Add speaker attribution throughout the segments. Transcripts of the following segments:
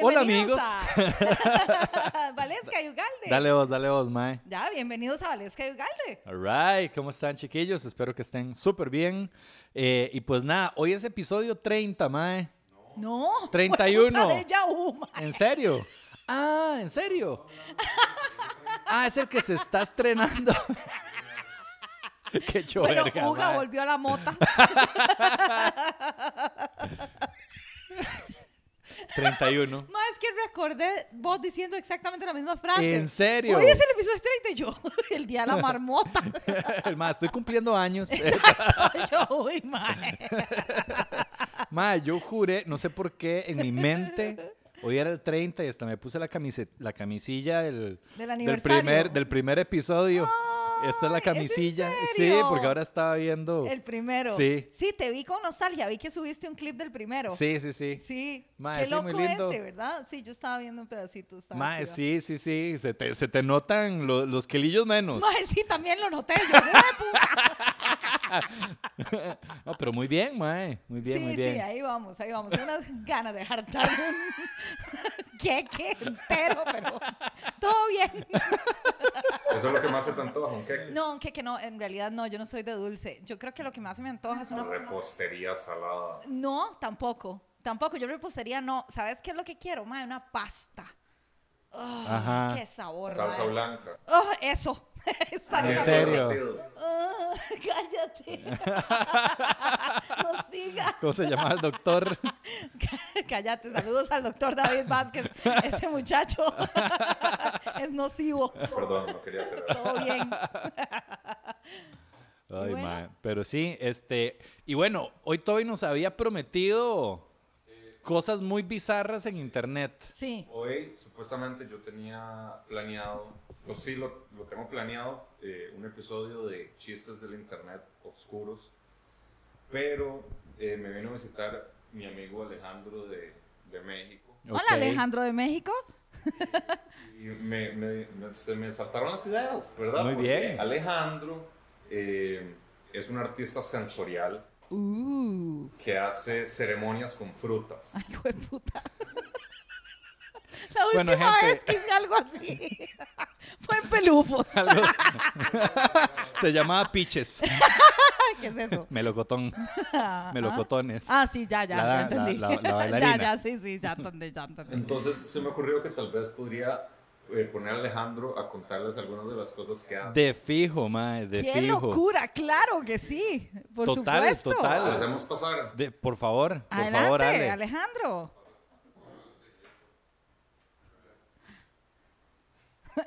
Speaker 1: Hola,
Speaker 2: Bienvenidos
Speaker 1: amigos.
Speaker 2: a Valesca y Ugalde.
Speaker 1: Dale vos, dale vos, Mae.
Speaker 2: Ya, bienvenidos a Valesca y Ugalde.
Speaker 1: All right, ¿cómo están chiquillos? Espero que estén súper bien. Eh, y pues nada, hoy es episodio 30, mae.
Speaker 2: No.
Speaker 1: 31.
Speaker 2: puta de Yahoo, ma.
Speaker 1: ¿En serio? Ah, ¿en serio? Ah, es el que se está estrenando. Qué
Speaker 2: Bueno,
Speaker 1: choverga,
Speaker 2: Uga
Speaker 1: mae.
Speaker 2: volvió a la mota.
Speaker 1: 31.
Speaker 2: Más que recordé vos diciendo exactamente la misma frase.
Speaker 1: ¿En serio?
Speaker 2: Hoy es el episodio 30 y yo, el día de la marmota.
Speaker 1: El mae, estoy cumpliendo años. Eh,
Speaker 2: yo, uy, mae.
Speaker 1: mae, yo juré, no sé por qué, en mi mente, hoy era el 30 y hasta me puse la, camise- la camisilla del,
Speaker 2: Del
Speaker 1: del,
Speaker 2: aniversario.
Speaker 1: primer, del primer episodio. Esta es la
Speaker 2: Ay, ¿es en
Speaker 1: camisilla. sí,
Speaker 2: serio?
Speaker 1: porque ahora estaba viendo.
Speaker 2: El primero.
Speaker 1: Sí.
Speaker 2: Sí, te vi con nostalgia. Vi que subiste un clip del primero.
Speaker 1: Sí, sí, sí.
Speaker 2: Sí.
Speaker 1: Mae,
Speaker 2: Qué
Speaker 1: sí,
Speaker 2: loco
Speaker 1: muy lindo.
Speaker 2: ese, ¿verdad? Sí, yo estaba viendo un pedacito. estaba
Speaker 1: Mae,
Speaker 2: chiva.
Speaker 1: sí, sí, sí. Se te, se te notan lo- los quelillos menos.
Speaker 2: Mae, sí, también lo noté. Yo, "Huepu".
Speaker 1: No, pero muy bien, mae. Muy bien,
Speaker 2: sí,
Speaker 1: muy
Speaker 2: sí,
Speaker 1: bien.
Speaker 2: ahí vamos, ahí vamos. Tengo unas ganas de hartar un queque entero, pero todo bien.
Speaker 3: Eso es lo que más se te antoja, un queque.
Speaker 2: No, un queque no, en realidad no, yo no soy de dulce. Yo creo que lo que más me antoja es una...
Speaker 3: Repostería salada.
Speaker 2: No, tampoco, tampoco. Yo repostería no. ¿Sabes qué es lo que quiero? Mae, una pasta. Ah,
Speaker 1: Ajá.
Speaker 2: Qué sabor,
Speaker 3: Salsa
Speaker 2: mae.
Speaker 3: blanca.
Speaker 2: Oh, eso. Exacto.
Speaker 1: ¿En serio?
Speaker 2: Ah, cállate. no sigas.
Speaker 1: ¿Cómo se llamaba el doctor?
Speaker 2: Cállate, saludos al doctor David Vázquez. Ese muchacho es nocivo.
Speaker 3: Perdón, no quería hacer eso.
Speaker 2: Todo bien.
Speaker 1: Ay,
Speaker 2: bueno.
Speaker 1: mae. Pero sí, este. Y bueno, hoy Toby nos había prometido
Speaker 2: Eh.
Speaker 1: cosas muy bizarras en internet.
Speaker 2: Sí.
Speaker 3: Hoy, supuestamente, yo tenía planeado, o sí, lo, lo tengo planeado, eh, un episodio de chistes del internet oscuros. Pero eh, me vino a visitar mi amigo Alejandro de, de México.
Speaker 2: Hola,
Speaker 1: Ok.
Speaker 2: Alejandro de México.
Speaker 3: Y me, me- me- se me saltaron las ideas, ¿verdad?
Speaker 1: Muy
Speaker 3: Porque
Speaker 1: bien.
Speaker 3: Alejandro eh, es un artista sensorial
Speaker 2: Uh,
Speaker 3: que hace ceremonias con frutas.
Speaker 2: ay, hijo de puta. La última
Speaker 1: Bueno, gente.
Speaker 2: vez que hice algo así fue en pelufos.
Speaker 1: Algo- se llamaba Piches.
Speaker 2: ¿Qué es eso?
Speaker 1: Melocotón. Melocotones.
Speaker 2: Ah, sí, ya, ya,
Speaker 1: La-
Speaker 2: ya
Speaker 1: la-
Speaker 2: entendí.
Speaker 1: la- la bailarina.
Speaker 2: ya, ya, sí, sí, ya entendí, ya entendí.
Speaker 3: Entonces se me ocurrió que tal vez podría eh, poner a Alejandro a contarles algunas de las cosas que hace.
Speaker 1: De fijo, mae. De
Speaker 2: ¡Qué
Speaker 1: fijo.
Speaker 2: locura! Claro que sí, por
Speaker 1: Total,
Speaker 2: supuesto.
Speaker 1: total.
Speaker 3: ¿Lo hacemos pasar?
Speaker 1: De- por favor, por
Speaker 2: Adelante,
Speaker 1: favor, Ale.
Speaker 2: Alejandro.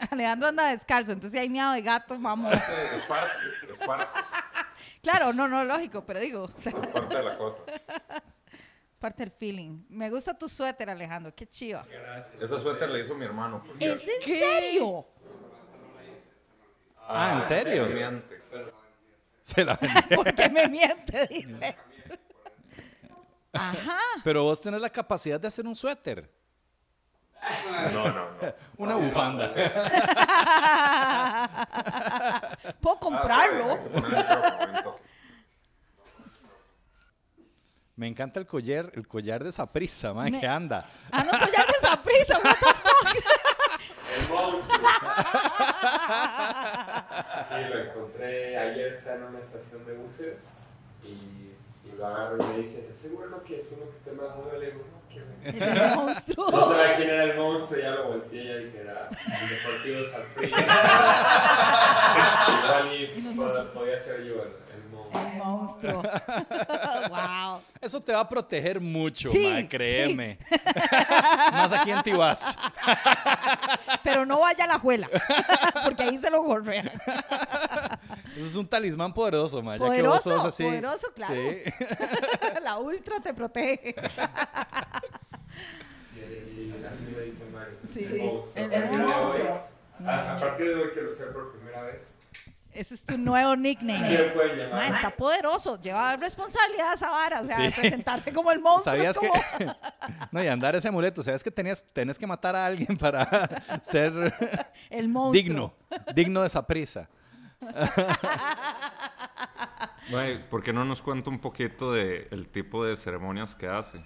Speaker 2: Alejandro anda descalzo, entonces hay miedo de gato, mamón.
Speaker 3: Es parte, es parte,
Speaker 2: Claro, no, no, lógico, pero digo, o sea,
Speaker 3: es parte de la cosa.
Speaker 2: es parte del feeling. Me gusta tu suéter, Alejandro, qué chiva.
Speaker 3: Ese suéter le hizo mi hermano. por
Speaker 2: ¿Es
Speaker 3: cierto.
Speaker 2: en serio?
Speaker 1: Ah, ¿en serio?
Speaker 3: se miente.
Speaker 1: Se la vendí.
Speaker 2: ¿Por qué me miente? Dice. Ajá.
Speaker 1: Pero vos tenés la capacidad de hacer un suéter.
Speaker 3: No, no, no.
Speaker 1: Una bufanda.
Speaker 2: Puedo
Speaker 3: Ah,
Speaker 2: comprarlo.
Speaker 3: está bien, hay que ponerle micrófono, un toque.
Speaker 1: Me encanta el collar, el collar de esa prisa,
Speaker 2: Me-
Speaker 1: que anda.
Speaker 2: Ah, no, pues ya te prisa. what the fuck?
Speaker 4: El monstruo. Sí, lo encontré ayer, está en una estación de buses y, y lo agarro y me dice, seguro que es uno que esté más joven, le digo, no, que no".
Speaker 2: El
Speaker 4: No
Speaker 2: monstruo.
Speaker 4: sabía quién era el monstruo, ya lo volteé y ya dije, era el Deportivo Saprissa. Igual y pod- podía ser yo el, el monstruo.
Speaker 2: El monstruo. wow.
Speaker 1: Eso te va a proteger mucho,
Speaker 2: Sí,
Speaker 1: mae,
Speaker 2: sí.
Speaker 1: créeme. Más aquí en Tibás.
Speaker 2: Pero no vaya a la juela, porque ahí se lo gorrean.
Speaker 1: Eso es un talismán poderoso, mae, ya que vos
Speaker 2: Poderoso,
Speaker 1: sos así.
Speaker 2: poderoso, claro.
Speaker 1: Sí.
Speaker 2: La ultra te protege.
Speaker 4: Y así me dice Mario.
Speaker 2: Sí,
Speaker 4: el
Speaker 2: sí,
Speaker 4: monstruo.
Speaker 2: el
Speaker 4: A partir de hoy-
Speaker 2: monstruo.
Speaker 4: A, a partir de hoy que lo usé por primera vez.
Speaker 2: Ese es tu nuevo
Speaker 4: Sí
Speaker 2: nickname.
Speaker 4: lo pueden llamar.
Speaker 2: Ma, está poderoso, lleva responsabilidad esa vara, o sea,
Speaker 1: Sí.
Speaker 2: presentarse como el monstruo.
Speaker 1: ¿Sabías
Speaker 2: es
Speaker 1: que.?
Speaker 2: como-
Speaker 1: no, y andar ese amuleto. ¿Sabías que tenías, tenés que matar a alguien para ser
Speaker 2: El monstruo.
Speaker 1: digno? Digno de esa prisa.
Speaker 3: Mae, ¿por qué no nos cuenta un poquito del tipo de ceremonias que hace?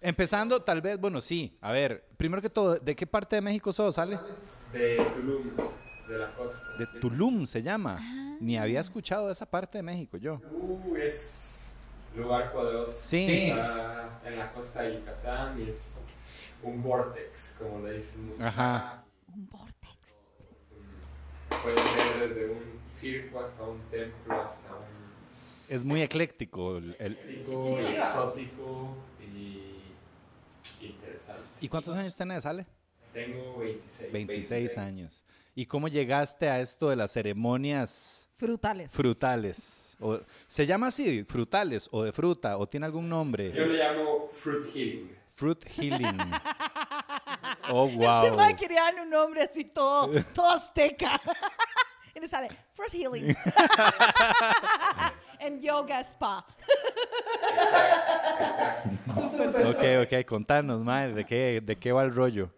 Speaker 1: Empezando, tal vez, bueno, sí. A ver, primero que todo, ¿de qué parte de México sos, Ale?
Speaker 4: De Tulum, de la costa.
Speaker 1: De Tulum se llama.
Speaker 2: Ah.
Speaker 1: Ni había escuchado de esa parte de México yo.
Speaker 4: Uh, es lugar poderoso.
Speaker 1: Sí.
Speaker 4: Está en la costa de Yucatán y es un vortex, como le dicen mucho.
Speaker 1: Ajá.
Speaker 2: Un vortex.
Speaker 4: Es un- Puede ser desde un circo hasta un templo, hasta un
Speaker 1: Es muy ecléctico. el- el-
Speaker 4: ético, y exótico y interesante.
Speaker 1: ¿Y cuántos años tenés, Ale?
Speaker 4: Tengo 26.
Speaker 1: 26 años. ¿Y cómo llegaste a esto de las ceremonias
Speaker 2: Frutales.
Speaker 1: frutales? O- ¿Se llama así, frutales o de fruta? ¿O tiene algún
Speaker 4: Yo
Speaker 1: nombre?
Speaker 4: lo llamo fruit healing.
Speaker 1: Fruit healing. Oh,
Speaker 2: Este
Speaker 1: wow.
Speaker 2: mae quería darle un nombre así todo, todo azteca. y le sale, fruit healing. en yoga spa.
Speaker 1: Ok, ok, contanos, más ¿de qué, ¿de qué va el rollo?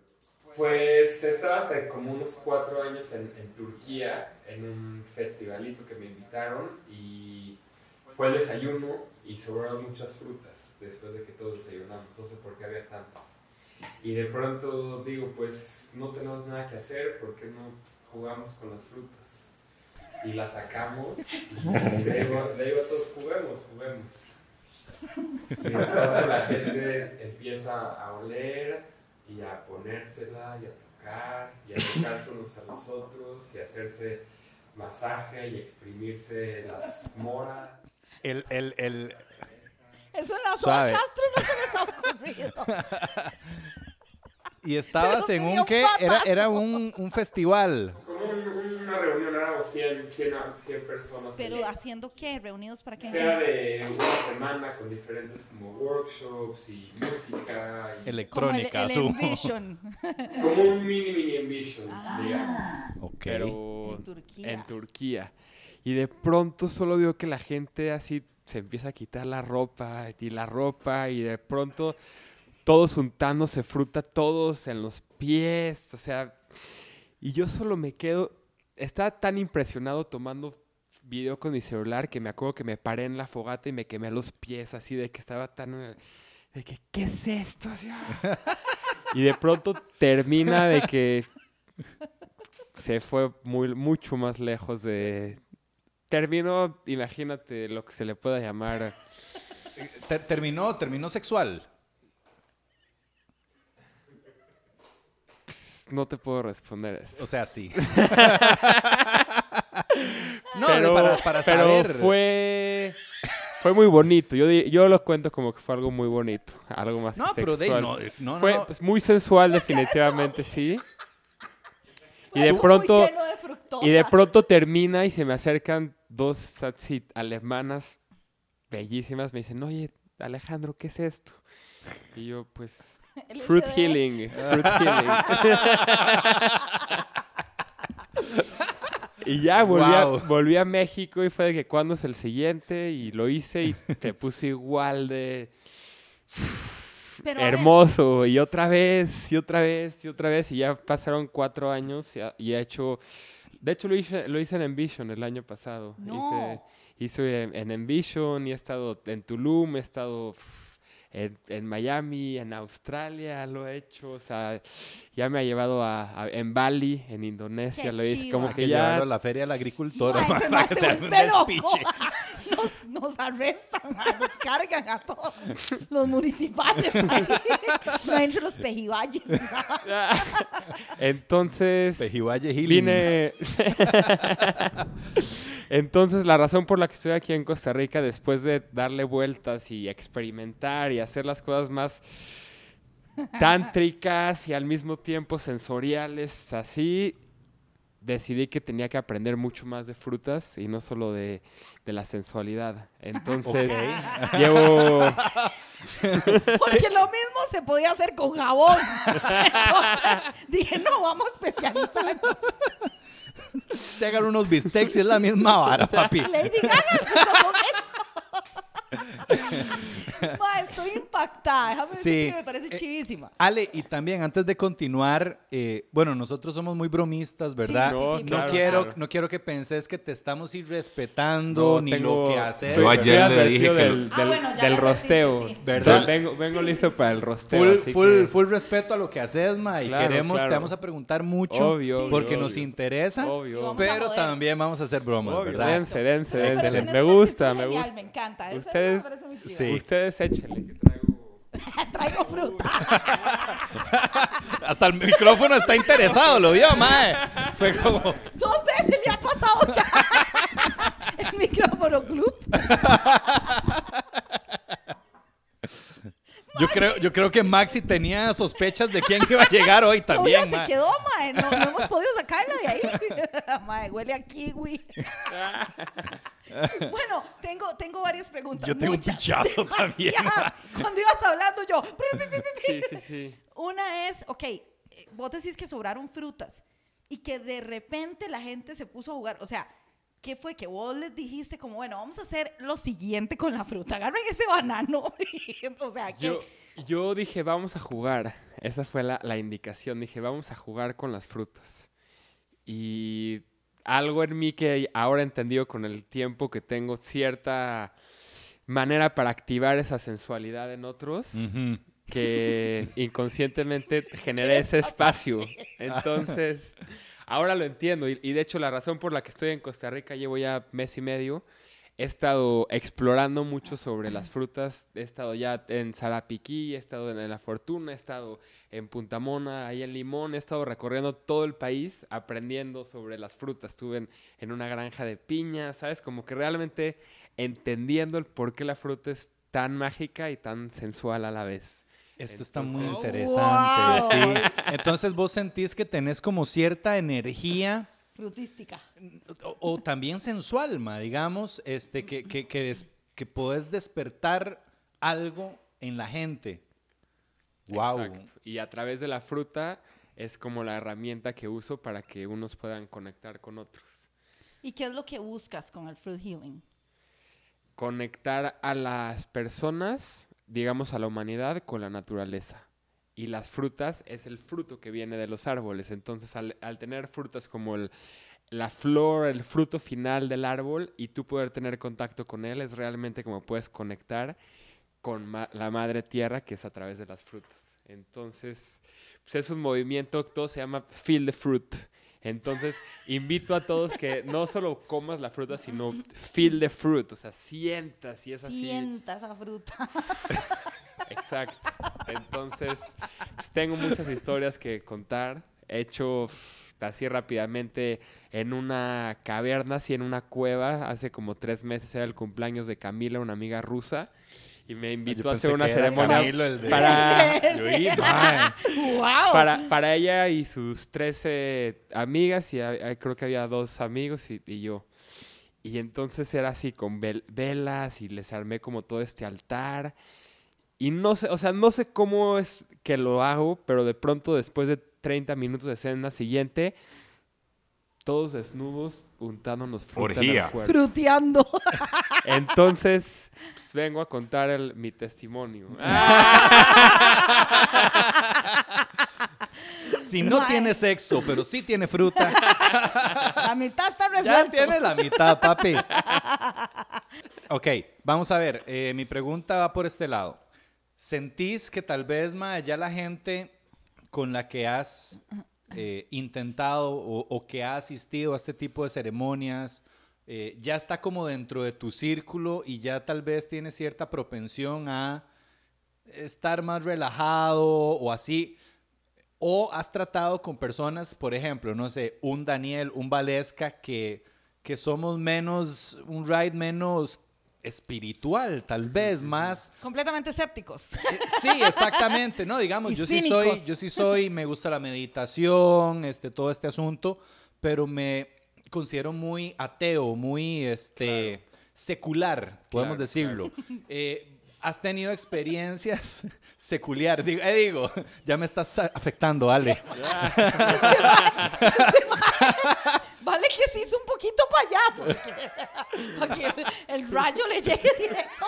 Speaker 4: Pues estaba hace como unos cuatro años en, en Turquía, en un festivalito que me invitaron y fue el desayuno y sobraron muchas frutas después de que todos desayunamos, no sé por qué había tantas. Y de pronto digo, pues no tenemos nada que hacer, ¿por qué no jugamos con las frutas? Y las sacamos y le digo, le digo a todos, juguemos, juguemos. Y de pronto la gente empieza a oler y a ponérsela y a tocar y a tocarse unos a los otros y a hacerse masaje y exprimirse las moras.
Speaker 1: El, el, el,
Speaker 2: Eso en la zona
Speaker 1: Suave.
Speaker 2: Castro no se les ha ocurrido.
Speaker 1: y estabas
Speaker 2: Pero
Speaker 1: en
Speaker 2: sería
Speaker 1: un
Speaker 2: un
Speaker 1: qué? Era, era un, un festival.
Speaker 4: Como un- una reunión, éramos 100, 100, a- 100 personas.
Speaker 2: Pero
Speaker 4: ahí.
Speaker 2: haciendo qué, reunidos para qué.
Speaker 4: Era de una semana con diferentes como workshops y música y
Speaker 2: Como el-
Speaker 1: Electrónica,
Speaker 2: el
Speaker 1: asumo.
Speaker 2: Envision
Speaker 4: como un mini mini ambition, digamos.
Speaker 1: Ok.
Speaker 4: Pero
Speaker 2: en Turquía.
Speaker 5: en Turquía. Y de pronto solo vio que la gente así se empieza a quitar la ropa y la ropa y de pronto todos untándose fruta, todos en los pies, o sea, y yo solo me quedo, estaba tan impresionado tomando video con mi celular que me acuerdo que me paré en la fogata y me quemé los pies así de que estaba tan... eh, De que, ¿qué es esto? Así, ah. y de pronto termina de que se fue muy, mucho más lejos de. Terminó, imagínate lo que se le pueda llamar.
Speaker 1: Ter- terminó, terminó sexual.
Speaker 5: Pss, No te puedo responder eso.
Speaker 1: O sea, sí. no,
Speaker 5: pero
Speaker 1: para, para
Speaker 5: pero
Speaker 1: saber.
Speaker 5: fue. Fue muy bonito. Yo, di- yo lo cuento como que fue algo muy bonito. Algo más
Speaker 1: No,
Speaker 5: que
Speaker 1: pero de,
Speaker 5: sexual.
Speaker 1: no, no,
Speaker 5: fue
Speaker 1: no.
Speaker 5: pues, muy sensual, definitivamente, sí. Y de
Speaker 2: Muy
Speaker 5: pronto.
Speaker 2: lleno de fructosa.
Speaker 5: Y de pronto termina y se me acercan dos satsi alemanas bellísimas. Me dicen, oye, Alejandro, ¿qué es esto? Y yo, pues,
Speaker 2: LSD.
Speaker 5: fruit healing, fruit healing. y ya volví,
Speaker 1: Wow.
Speaker 5: a, volví a México y fue de que cuándo es el siguiente y lo hice y te puse igual de
Speaker 2: Pero a ver,
Speaker 5: hermoso y otra vez y otra vez y otra vez y ya pasaron cuatro años y, ha- y he hecho de hecho lo hice, lo hice en Envision el año pasado
Speaker 2: No.
Speaker 5: hice, hice en, en Envision y he estado en Tulum he estado pff, en, en Miami, en Australia lo he hecho, o sea, ya me ha llevado a, a- en Bali, en Indonesia,
Speaker 2: Qué
Speaker 5: lo he
Speaker 2: chido.
Speaker 5: como
Speaker 2: Hay
Speaker 5: que,
Speaker 1: que llevarlo a
Speaker 5: ya
Speaker 1: la feria de la agricultora
Speaker 2: Ay, se me
Speaker 1: para que
Speaker 2: hace
Speaker 1: se
Speaker 2: un
Speaker 1: arme un
Speaker 2: peloco.
Speaker 1: despiche.
Speaker 2: Nos, nos arrestan, ma, nos cargan a todos los municipales. ahí. No entre los pejibayes.
Speaker 5: entonces
Speaker 1: Pejibaye Healing.
Speaker 5: Vine. Entonces, la razón por la que estoy aquí en Costa Rica, después de darle vueltas y experimentar y hacer las cosas más tántricas y al mismo tiempo sensoriales, así, decidí que tenía que aprender mucho más de frutas y no solo de, de la sensualidad. Entonces, llevo.
Speaker 2: Porque lo mismo se podía hacer con jabón. Entonces dije, no, vamos a especializar.
Speaker 1: Te hagan unos bistecs y es la misma vara, papi.
Speaker 2: Lady Gaga empezó con eso. Ma, estoy impactada. Déjame decirte
Speaker 1: Sí.
Speaker 2: que me parece
Speaker 1: Eh,
Speaker 2: chivísima.
Speaker 1: Ale, y también antes de continuar, eh, bueno, nosotros somos muy bromistas, ¿verdad?
Speaker 2: Sí, sí,
Speaker 5: No,
Speaker 2: sí,
Speaker 1: no
Speaker 5: claro,
Speaker 1: quiero,
Speaker 5: claro.
Speaker 1: no quiero que penses que te estamos irrespetando
Speaker 5: No,
Speaker 1: ni lo
Speaker 5: tengo-
Speaker 1: que hacer.
Speaker 3: Yo ayer
Speaker 5: estoy
Speaker 3: le dije
Speaker 5: advertido
Speaker 3: que lo-
Speaker 5: del,
Speaker 2: Ah,
Speaker 5: del-
Speaker 2: bueno, ya
Speaker 5: del
Speaker 2: lo advertiste,
Speaker 5: rosteo.
Speaker 2: sí.
Speaker 1: ¿Verdad?
Speaker 5: Vengo, vengo
Speaker 2: Sí,
Speaker 5: listo
Speaker 2: sí,
Speaker 5: para el rosteo.
Speaker 1: Full,
Speaker 5: así
Speaker 1: full,
Speaker 5: que-
Speaker 1: full respeto a lo que haces, Ma, y
Speaker 5: Claro,
Speaker 1: queremos,
Speaker 5: claro.
Speaker 1: te vamos a preguntar mucho
Speaker 5: Obvio,
Speaker 1: porque
Speaker 5: obvio,
Speaker 1: nos
Speaker 5: obvio.
Speaker 1: interesa,
Speaker 5: Obvio,
Speaker 2: Vamos a
Speaker 1: pero
Speaker 2: joder.
Speaker 1: también vamos a hacer bromas,
Speaker 5: Obvio,
Speaker 1: ¿verdad?
Speaker 5: dense, dense,
Speaker 2: Pero
Speaker 5: dense.
Speaker 2: tenés
Speaker 5: Me
Speaker 2: una
Speaker 5: gusta,
Speaker 2: actitud
Speaker 5: me
Speaker 2: genial,
Speaker 5: gusta.
Speaker 2: Me encanta. Eso
Speaker 5: Ustedes-
Speaker 2: me parece muy chido.
Speaker 1: Sí.
Speaker 5: Ustedes échenle.
Speaker 4: Traigo
Speaker 2: Traigo fruta.
Speaker 1: Hasta el micrófono está interesado, lo vio, mae. Fue como,
Speaker 2: Dos veces le ha pasado ya. El micrófono club.
Speaker 1: yo creo, yo creo que Maxi tenía sospechas de quién iba a llegar hoy
Speaker 2: Todavía
Speaker 1: también,
Speaker 2: se
Speaker 1: mae.
Speaker 2: quedó, mae. No, no hemos podido sacarlo de ahí. mae, huele a kiwi. bueno, tengo, tengo varias preguntas.
Speaker 1: Yo tengo un
Speaker 2: muchas,
Speaker 1: pichazo también,
Speaker 2: demasiadas. Cuando ibas hablando yo.
Speaker 5: Sí, sí, sí.
Speaker 2: Una es, ok, eh, vos decís que sobraron frutas y que de repente la gente se puso a jugar. O sea, ¿qué fue que vos les dijiste como, bueno, vamos a hacer lo siguiente con la fruta? Agarren ese banano. y, o sea, que...
Speaker 5: Yo, yo dije, vamos a jugar. Esa fue la, la indicación. Dije, vamos a jugar con las frutas. Y algo en mí que ahora he entendido con el tiempo que tengo cierta manera para activar esa sensualidad en otros.
Speaker 1: Ujú.
Speaker 5: que inconscientemente generé ese espacio. Entonces, ahora lo entiendo. Y, y de hecho, la razón por la que estoy en Costa Rica, llevo ya mes y medio, he estado explorando mucho sobre las frutas. He estado ya en Sarapiquí, he estado en La Fortuna, he estado en Puntamona, ahí en Limón, he estado recorriendo todo el país aprendiendo sobre las frutas. Estuve en, en una granja de piña, ¿sabes? Como que realmente entendiendo el por qué la fruta es tan mágica y tan sensual a la vez.
Speaker 1: Esto está muy
Speaker 5: Entonces-
Speaker 1: interesante,
Speaker 2: oh, ¡Wow!
Speaker 1: sí. Entonces vos sentís que tenés como cierta energía
Speaker 2: Frutística.
Speaker 1: o, o también sensual, ma, digamos, este, que, que, que, des- que podés despertar algo en la gente. Wow.
Speaker 5: Exacto. Y a través de la fruta es como la herramienta que uso para que unos puedan conectar con otros.
Speaker 2: ¿Y qué es lo que buscas con el fruit healing?
Speaker 5: Conectar a las personas, digamos a la humanidad, con la naturaleza. Y las frutas es el fruto que viene de los árboles. Entonces, al, al tener frutas como el- la flor, el fruto final del árbol, y tú poder tener contacto con él, es realmente como puedes conectar con ma- la madre tierra, que es a través de las frutas. Entonces, pues es un movimiento, todo se llama Feel the Fruit. Entonces, invito a todos que no solo comas la fruta, sino feel the fruit, o sea, sientas y es así.
Speaker 2: Sienta esa fruta.
Speaker 5: Exacto. Entonces, pues, tengo muchas historias que contar. He hecho pff, así rápidamente en una caverna, así en una cueva. Hace como tres meses era el cumpleaños de Camila, una amiga rusa. Y me invitó a hacer una ceremonia para,
Speaker 2: ¡Wow!
Speaker 5: para, para ella y sus 13 amigas, y a- a- creo que había dos amigos y, y yo. Y entonces era así con vel- velas y les armé como todo este altar. Y no sé, o sea, no sé cómo es que lo hago, pero de pronto después de 30 minutos de escena siguiente, todos desnudos, untándonos fruta en el
Speaker 3: Orgía.
Speaker 5: cuerpo.
Speaker 2: Fruteando.
Speaker 5: Entonces, pues, vengo a contar el- mi testimonio.
Speaker 1: Si no
Speaker 2: Mae.
Speaker 1: tiene sexo, pero sí tiene fruta,
Speaker 2: La mitad está
Speaker 1: ya
Speaker 2: resuelta.
Speaker 1: tiene la mitad, papi. Ok, vamos a ver. eh, mi pregunta va por este lado. ¿Sentís que tal vez, mae, ya la gente con la que has eh, intentado o, o que ha asistido a este tipo de ceremonias, eh, ya está como dentro de tu círculo y ya tal vez tiene cierta propensión a estar más relajado o así? ¿O has tratado con personas, por ejemplo, no sé, un Daniel, un Valesca, que, que somos menos, un ride menos espiritual, tal vez, más
Speaker 2: Completamente escépticos.
Speaker 1: eh, Sí, exactamente, ¿no? Digamos,
Speaker 2: Y
Speaker 1: yo sí soy,
Speaker 2: cínicos.
Speaker 1: yo sí soy, me gusta la meditación, este, todo este asunto, pero me considero muy ateo, muy, este, secular, podemos
Speaker 4: Claro,
Speaker 1: decirlo. Eh, ¿Has tenido experiencias secular? Digo, eh, digo, ya me estás a- afectando, Ale.
Speaker 2: Vale que se hizo un poquito para allá, porque, porque el, el rayo le llegue directo.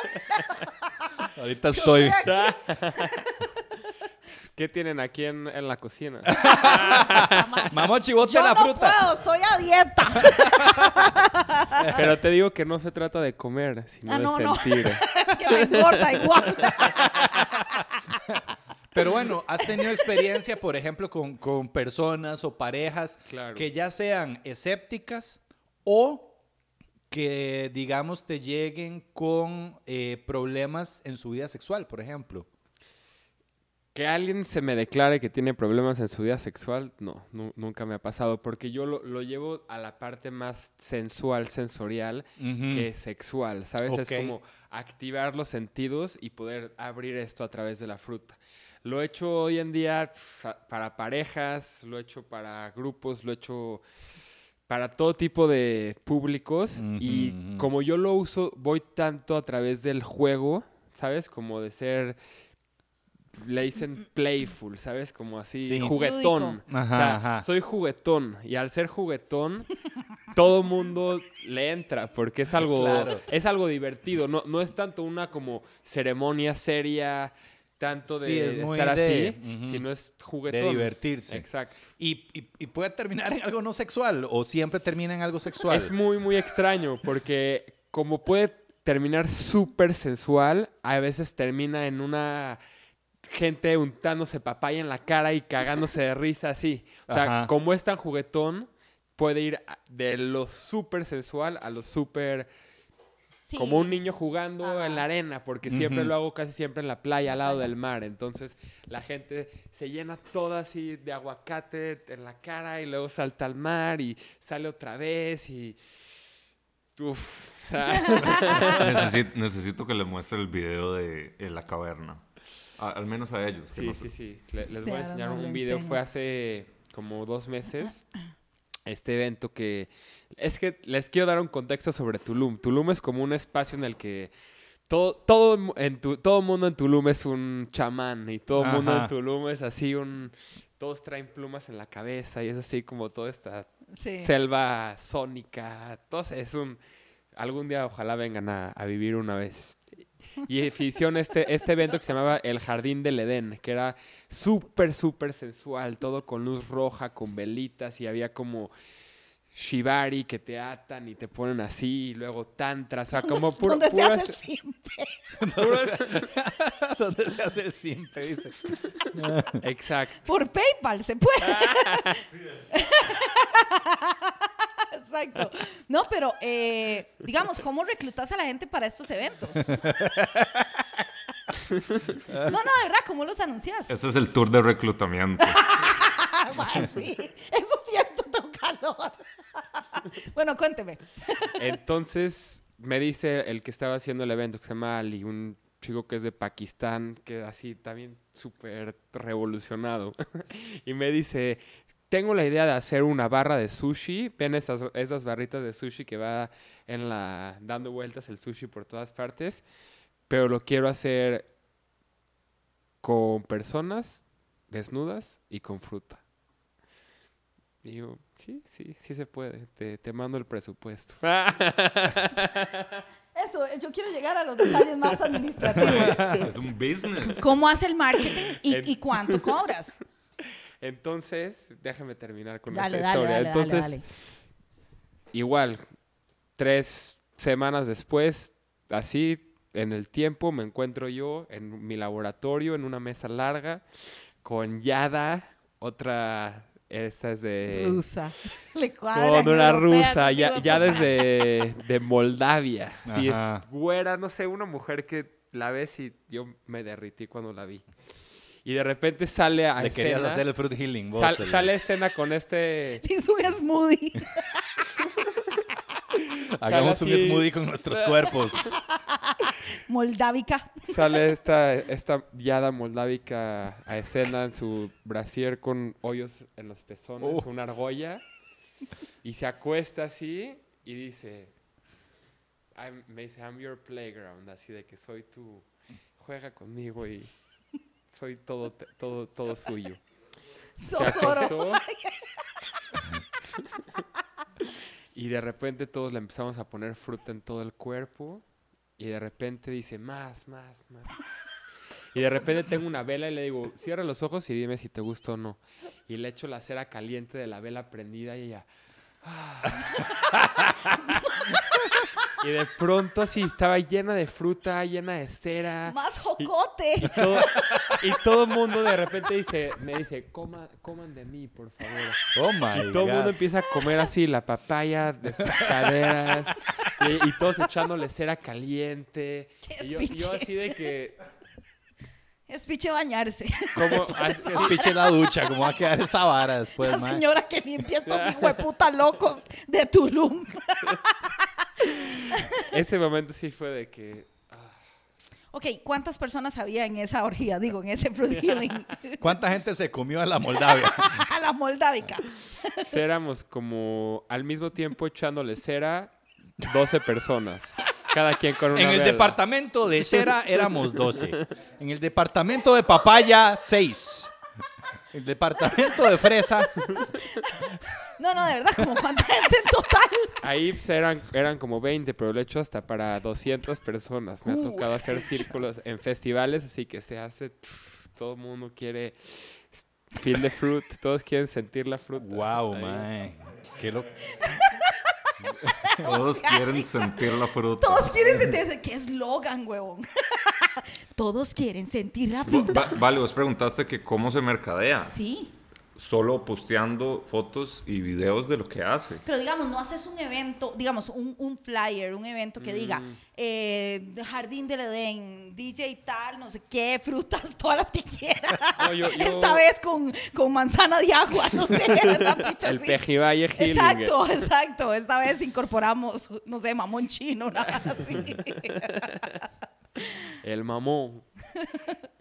Speaker 1: Ahorita estoy...
Speaker 5: ¿Qué tienen aquí en, en la cocina?
Speaker 1: Mamochi, bote
Speaker 2: Yo
Speaker 1: Ah, la
Speaker 2: no
Speaker 1: fruta.
Speaker 2: puedo, estoy a dieta.
Speaker 5: Pero te digo que no se trata de comer, sino
Speaker 2: Ah,
Speaker 5: de
Speaker 2: no, no.
Speaker 5: sentir.
Speaker 2: que me engorda igual.
Speaker 1: Pero bueno, ¿has tenido experiencia, por ejemplo, con, con personas o parejas
Speaker 5: Claro.
Speaker 1: que ya sean escépticas o que, digamos, te lleguen con eh, problemas en su vida sexual, por ejemplo?
Speaker 5: Que alguien se me declare que tiene problemas en su vida sexual, no, nu- nunca me ha pasado, porque yo lo, lo llevo a la parte más sensual, sensorial, que sexual, ¿sabes?
Speaker 1: Ok.
Speaker 5: Es como activar los sentidos y poder abrir esto a través de la fruta. Lo he hecho hoy en día pf, a- para parejas, lo he hecho para grupos, lo he hecho para todo tipo de públicos
Speaker 1: Ujú,
Speaker 5: y
Speaker 1: ujú.
Speaker 5: como yo lo uso, voy tanto a través del juego, ¿sabes? Como de ser, le dicen playful, ¿sabes? Como así,
Speaker 1: Sí.
Speaker 5: juguetón.
Speaker 1: Lúdico. Ajá,
Speaker 5: O sea,
Speaker 1: ajá.
Speaker 5: soy juguetón y al ser juguetón, todo mundo le entra porque es algo,
Speaker 1: Claro.
Speaker 5: es algo divertido. No, no es tanto una como ceremonia seria, tanto de
Speaker 1: Sí, es muy
Speaker 5: estar
Speaker 1: de-
Speaker 5: así,
Speaker 1: ujú.
Speaker 5: sino es
Speaker 1: De
Speaker 5: juguetón.
Speaker 1: divertirse.
Speaker 5: Exacto.
Speaker 1: Y, y- y puede terminar en algo no sexual o siempre termina en algo sexual.
Speaker 5: Es muy, muy extraño porque como puede terminar súper sensual, a veces termina en una gente untándose papaya en la cara y cagándose de risa así. O sea,
Speaker 1: Ajá.
Speaker 5: como es tan juguetón, puede ir a- de lo súper sensual a lo súper...
Speaker 2: Sí.
Speaker 5: Como un niño jugando
Speaker 2: Ajá.
Speaker 5: en la arena, porque siempre
Speaker 1: Ujú.
Speaker 5: lo hago casi siempre en la playa, al lado del mar. Entonces la gente se llena toda así de aguacate en la cara y luego salta al mar y sale otra vez y... Uf, o sea,
Speaker 3: necesito, necesito que le muestre el video de eh, la caverna. A- al menos a ellos. que
Speaker 5: sí,
Speaker 3: no
Speaker 5: sí,
Speaker 3: sé.
Speaker 5: sí. Le- les
Speaker 2: Sí,
Speaker 5: voy a
Speaker 2: ahora
Speaker 5: enseñar
Speaker 2: no le
Speaker 5: un video. Fue
Speaker 2: enseño.
Speaker 5: hace como dos meses este evento que... Es que les quiero dar un contexto sobre Tulum. Tulum es como un espacio en el que... Todo, todo, mu- en tu, todo mundo en Tulum es un chamán y todo mundo
Speaker 1: Ajá.
Speaker 5: en Tulum es así un... Todos traen plumas en la cabeza y es así como toda esta
Speaker 2: Sí.
Speaker 5: selva sónica. Entonces es un... Algún día ojalá vengan a, a vivir una vez. Y hicieron este, este evento que se llamaba El Jardín del Edén, que era súper, súper sensual, todo con luz roja, con velitas y había como shibari que te atan y te ponen así y luego tantra, o sea, como puro,
Speaker 2: ¿Dónde te
Speaker 5: puras-
Speaker 2: hace el simple?
Speaker 1: Donde se hace el simple, dice.
Speaker 5: Exacto.
Speaker 2: Por PayPal se puede. Exacto. No, pero eh, digamos, ¿cómo reclutas a la gente para estos eventos? No, no, de verdad, ¿cómo los anuncias?
Speaker 3: Este es el tour de reclutamiento.
Speaker 2: Ah, mae, sí. Eso siento tu calor. Bueno, cuénteme.
Speaker 5: Entonces me dice el que estaba haciendo el evento, que se llama Ali, un chico que es de Pakistán, que así también súper revolucionado. y me dice, tengo la idea de hacer una barra de sushi. Ven esas, esas barritas de sushi que va en la, dando vueltas el sushi por todas partes. Pero lo quiero hacer con personas desnudas y con fruta. Y yo, sí, sí, sí se puede. Te, te mando el presupuesto.
Speaker 2: Eso, eh, yo quiero llegar a los detalles más administrativos.
Speaker 3: es un business.
Speaker 2: ¿Cómo hace el marketing y,
Speaker 5: En-
Speaker 2: y cuánto cobras?
Speaker 5: Entonces, déjame terminar con
Speaker 2: Dale,
Speaker 5: esta
Speaker 2: dale,
Speaker 5: historia.
Speaker 2: dale,
Speaker 5: Entonces,
Speaker 2: dale, dale.
Speaker 5: igual, tres semanas después, así en el tiempo me encuentro yo en mi laboratorio, en una mesa larga, con Yada, otra, esta es de...
Speaker 2: Rusa. Le cuadra.
Speaker 5: Con una
Speaker 2: europea,
Speaker 5: rusa, ya,
Speaker 2: digo,
Speaker 5: ya desde de Moldavia. Sí, es
Speaker 1: Ajá.
Speaker 5: güera, no sé, una mujer que la ves y yo me derrití cuando la vi. Y de repente sale a
Speaker 1: Le querías
Speaker 5: escena,
Speaker 1: hacer el fruit healing, vos.
Speaker 5: sal-
Speaker 1: Eli.
Speaker 5: sale a escena con este...
Speaker 2: Hizo un smoothie.
Speaker 1: Hagamos un
Speaker 5: sale así.
Speaker 1: smoothie con nuestros cuerpos.
Speaker 2: Moldávica.
Speaker 5: Sale esta, esta yada moldávica a escena en su brasier con hoyos en los pezones,
Speaker 1: Oh.
Speaker 5: una argolla, y se acuesta así y dice, "I'm- me dice, I'm your playground, así de que soy tu, juega conmigo y soy todo, te- todo, todo suyo. Se
Speaker 2: Sosoro.
Speaker 5: acostó. y de repente todos le empezamos a poner fruta en todo el cuerpo. Y de repente dice, más, más, más. Y de repente tengo una vela y le digo, cierra los ojos y dime si te gusta o no. Y le echo la cera caliente de la vela prendida y ella... "Ah". y de pronto así estaba llena de fruta, llena de cera.
Speaker 2: Más jocote.
Speaker 5: Todo- y todo el mundo de repente dice, me dice, "Coma- coman de mí, por favor.
Speaker 1: Oh my
Speaker 5: Y todo el mundo
Speaker 1: God.
Speaker 5: empieza a comer así la papaya de sus caderas y, y todos echándole cera caliente.
Speaker 2: Qué
Speaker 5: Y yo, y yo
Speaker 2: espiche.
Speaker 5: así de que,
Speaker 2: Es piche bañarse.
Speaker 5: como, ah, así-
Speaker 1: Es piche la ducha, ¿cómo va a quedar esa vara después,
Speaker 2: La
Speaker 1: mae?
Speaker 2: señora que limpia estos hijueputa locos de Tulum.
Speaker 5: ese momento sí fue de que,
Speaker 2: Ok, ¿cuántas personas había en esa orgía? Digo, en ese fruit healing.
Speaker 1: ¿Cuánta gente se comió a la Moldavia?
Speaker 2: A la moldávica.
Speaker 5: pues, éramos como al mismo tiempo echándole cera 12 personas, cada quien con una
Speaker 1: En el
Speaker 5: vela.
Speaker 1: departamento de cera éramos 12. En el departamento de papaya, 6. El departamento de fresa,
Speaker 2: No, no, de verdad, como cuánta gente en total.
Speaker 5: Ahí pues, eran, eran como 20, pero lo he hecho hasta para 200 personas. Me
Speaker 2: Uh,
Speaker 5: ha tocado hacer círculos en festivales, así que se hace... Todo el mundo quiere feel the fruit, todos quieren sentir la fruta.
Speaker 1: Wow, mae. Qué loco.
Speaker 3: Todos quieren sentir la fruta.
Speaker 2: Todos quieren sentir ese. ¡Qué eslogan, huevón! Todos quieren sentir la
Speaker 3: Va-
Speaker 2: fruta.
Speaker 3: va- vale, vos preguntaste que cómo se mercadea.
Speaker 2: Sí.
Speaker 3: Solo posteando fotos y videos de lo que hace.
Speaker 2: Pero digamos, no haces un evento, digamos, un, un flyer, un evento que diga
Speaker 5: Mm.
Speaker 2: eh, Jardín del Edén, DJ tal, no sé qué, frutas, todas las que quieras.
Speaker 5: No, yo- yo-
Speaker 2: Esta vez con, con manzana de agua, no sé, una picha
Speaker 5: El
Speaker 2: así.
Speaker 5: Pejivalle Healing.
Speaker 2: Exacto, exacto. Esta vez incorporamos, no sé, mamón chino, una cosa así.
Speaker 5: El mamón.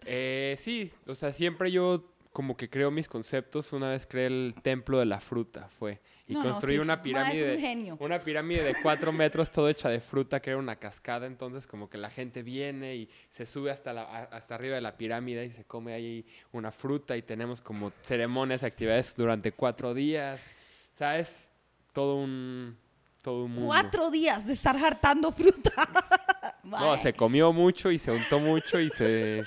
Speaker 5: Eh, sí, o sea, siempre yo como que creo mis conceptos. Una vez creé el templo de la fruta, fue. Y
Speaker 2: No, no,
Speaker 5: construí
Speaker 2: sí,
Speaker 5: una
Speaker 2: ma,
Speaker 5: pirámide.
Speaker 2: es un genio.
Speaker 5: Una pirámide de cuatro metros, todo hecha de fruta, que era una cascada. Entonces, como que la gente viene y se sube hasta, la- a- hasta arriba de la pirámide y se come ahí una fruta. Y tenemos como ceremonias, actividades durante cuatro días. ¿Sabes? Todo un. Todo un mundo.
Speaker 2: Cuatro días de estar hartando fruta.
Speaker 5: No,
Speaker 2: Mae.
Speaker 5: se comió mucho y se untó mucho y se,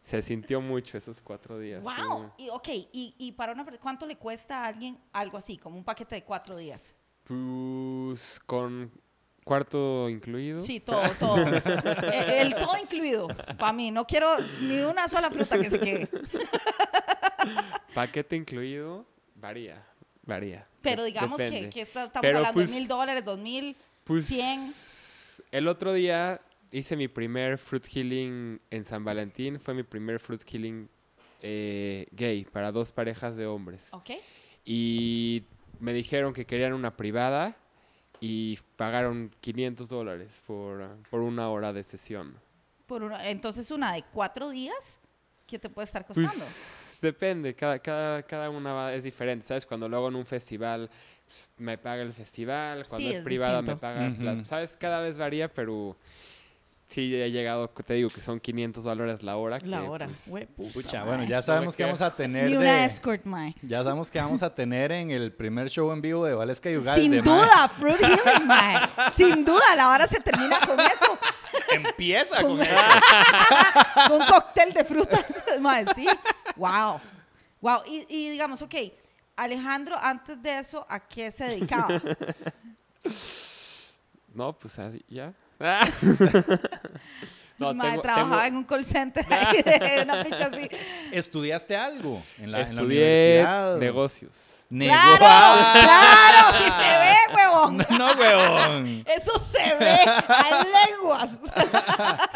Speaker 5: se sintió mucho esos cuatro días.
Speaker 2: Wow. Y, ok, y, y para una per- ¿cuánto le cuesta a alguien algo así, como un paquete de cuatro días?
Speaker 5: Estuvo- Pues con cuarto incluido.
Speaker 2: Sí, todo, todo. Eh, el, todo incluido. Para mí, no quiero ni una sola fruta que se quede.
Speaker 5: Paquete incluido, varía, varía.
Speaker 2: Pero
Speaker 5: de-
Speaker 2: digamos que,
Speaker 5: depende.
Speaker 2: que está- estamos
Speaker 5: Pero,
Speaker 2: hablando de
Speaker 5: pues,
Speaker 2: mil dólares, dos mil.
Speaker 5: Pues
Speaker 2: 100.
Speaker 5: el otro día hice mi primer fruit healing en San Valentín. Fue mi primer fruit healing eh, gay para dos parejas de hombres.
Speaker 2: Ok.
Speaker 5: Y me dijeron que querían una privada y pagaron 500 dólares por, ah, por una hora de sesión.
Speaker 2: Por una- entonces, una de cuatro días, ¿qué te puede estar costando?
Speaker 5: Pues depende, cada, cada, cada una va- es diferente, ¿sabes? Cuando lo hago en un festival, pues, me paga el festival, cuando
Speaker 2: Sí,
Speaker 5: es,
Speaker 2: es
Speaker 5: privada
Speaker 2: distinto.
Speaker 5: me paga, la-
Speaker 1: Ujú.
Speaker 5: ¿sabes? Cada vez varía, pero sí he llegado, te digo que son 500 dólares la hora. que, pues,
Speaker 1: Pucha, bueno, ya sabemos que vamos a tener
Speaker 2: Ni una
Speaker 1: de-
Speaker 2: escort, mae.
Speaker 1: ya sabemos que vamos a tener en el primer show en vivo de Valesca y Ugalde,
Speaker 2: Sin
Speaker 1: mae.
Speaker 2: duda, Fruit Healing, mae. Sin duda, la hora se termina con eso.
Speaker 1: Empieza
Speaker 2: Con,
Speaker 1: con
Speaker 2: un-
Speaker 1: eso.
Speaker 2: con un cóctel de frutas, mae, sí. Wow. Wow. Y, y digamos, ok, Alejandro, antes de eso, ¿a qué se dedicaba?
Speaker 5: No, pues ah, ya. Ah. No,
Speaker 2: Madre,
Speaker 5: tengo-
Speaker 2: trabajaba
Speaker 5: tengo-
Speaker 2: en un call center ahí de una ficha así.
Speaker 1: ¿Estudiaste algo en la, en la
Speaker 5: Estudié
Speaker 1: universidad?
Speaker 5: negocios.
Speaker 1: Nego-
Speaker 2: ¡Claro! ¡Claro! ¡Sí se ve, huevón!
Speaker 1: Ah, No, weón.
Speaker 2: Eso se ve a lenguas.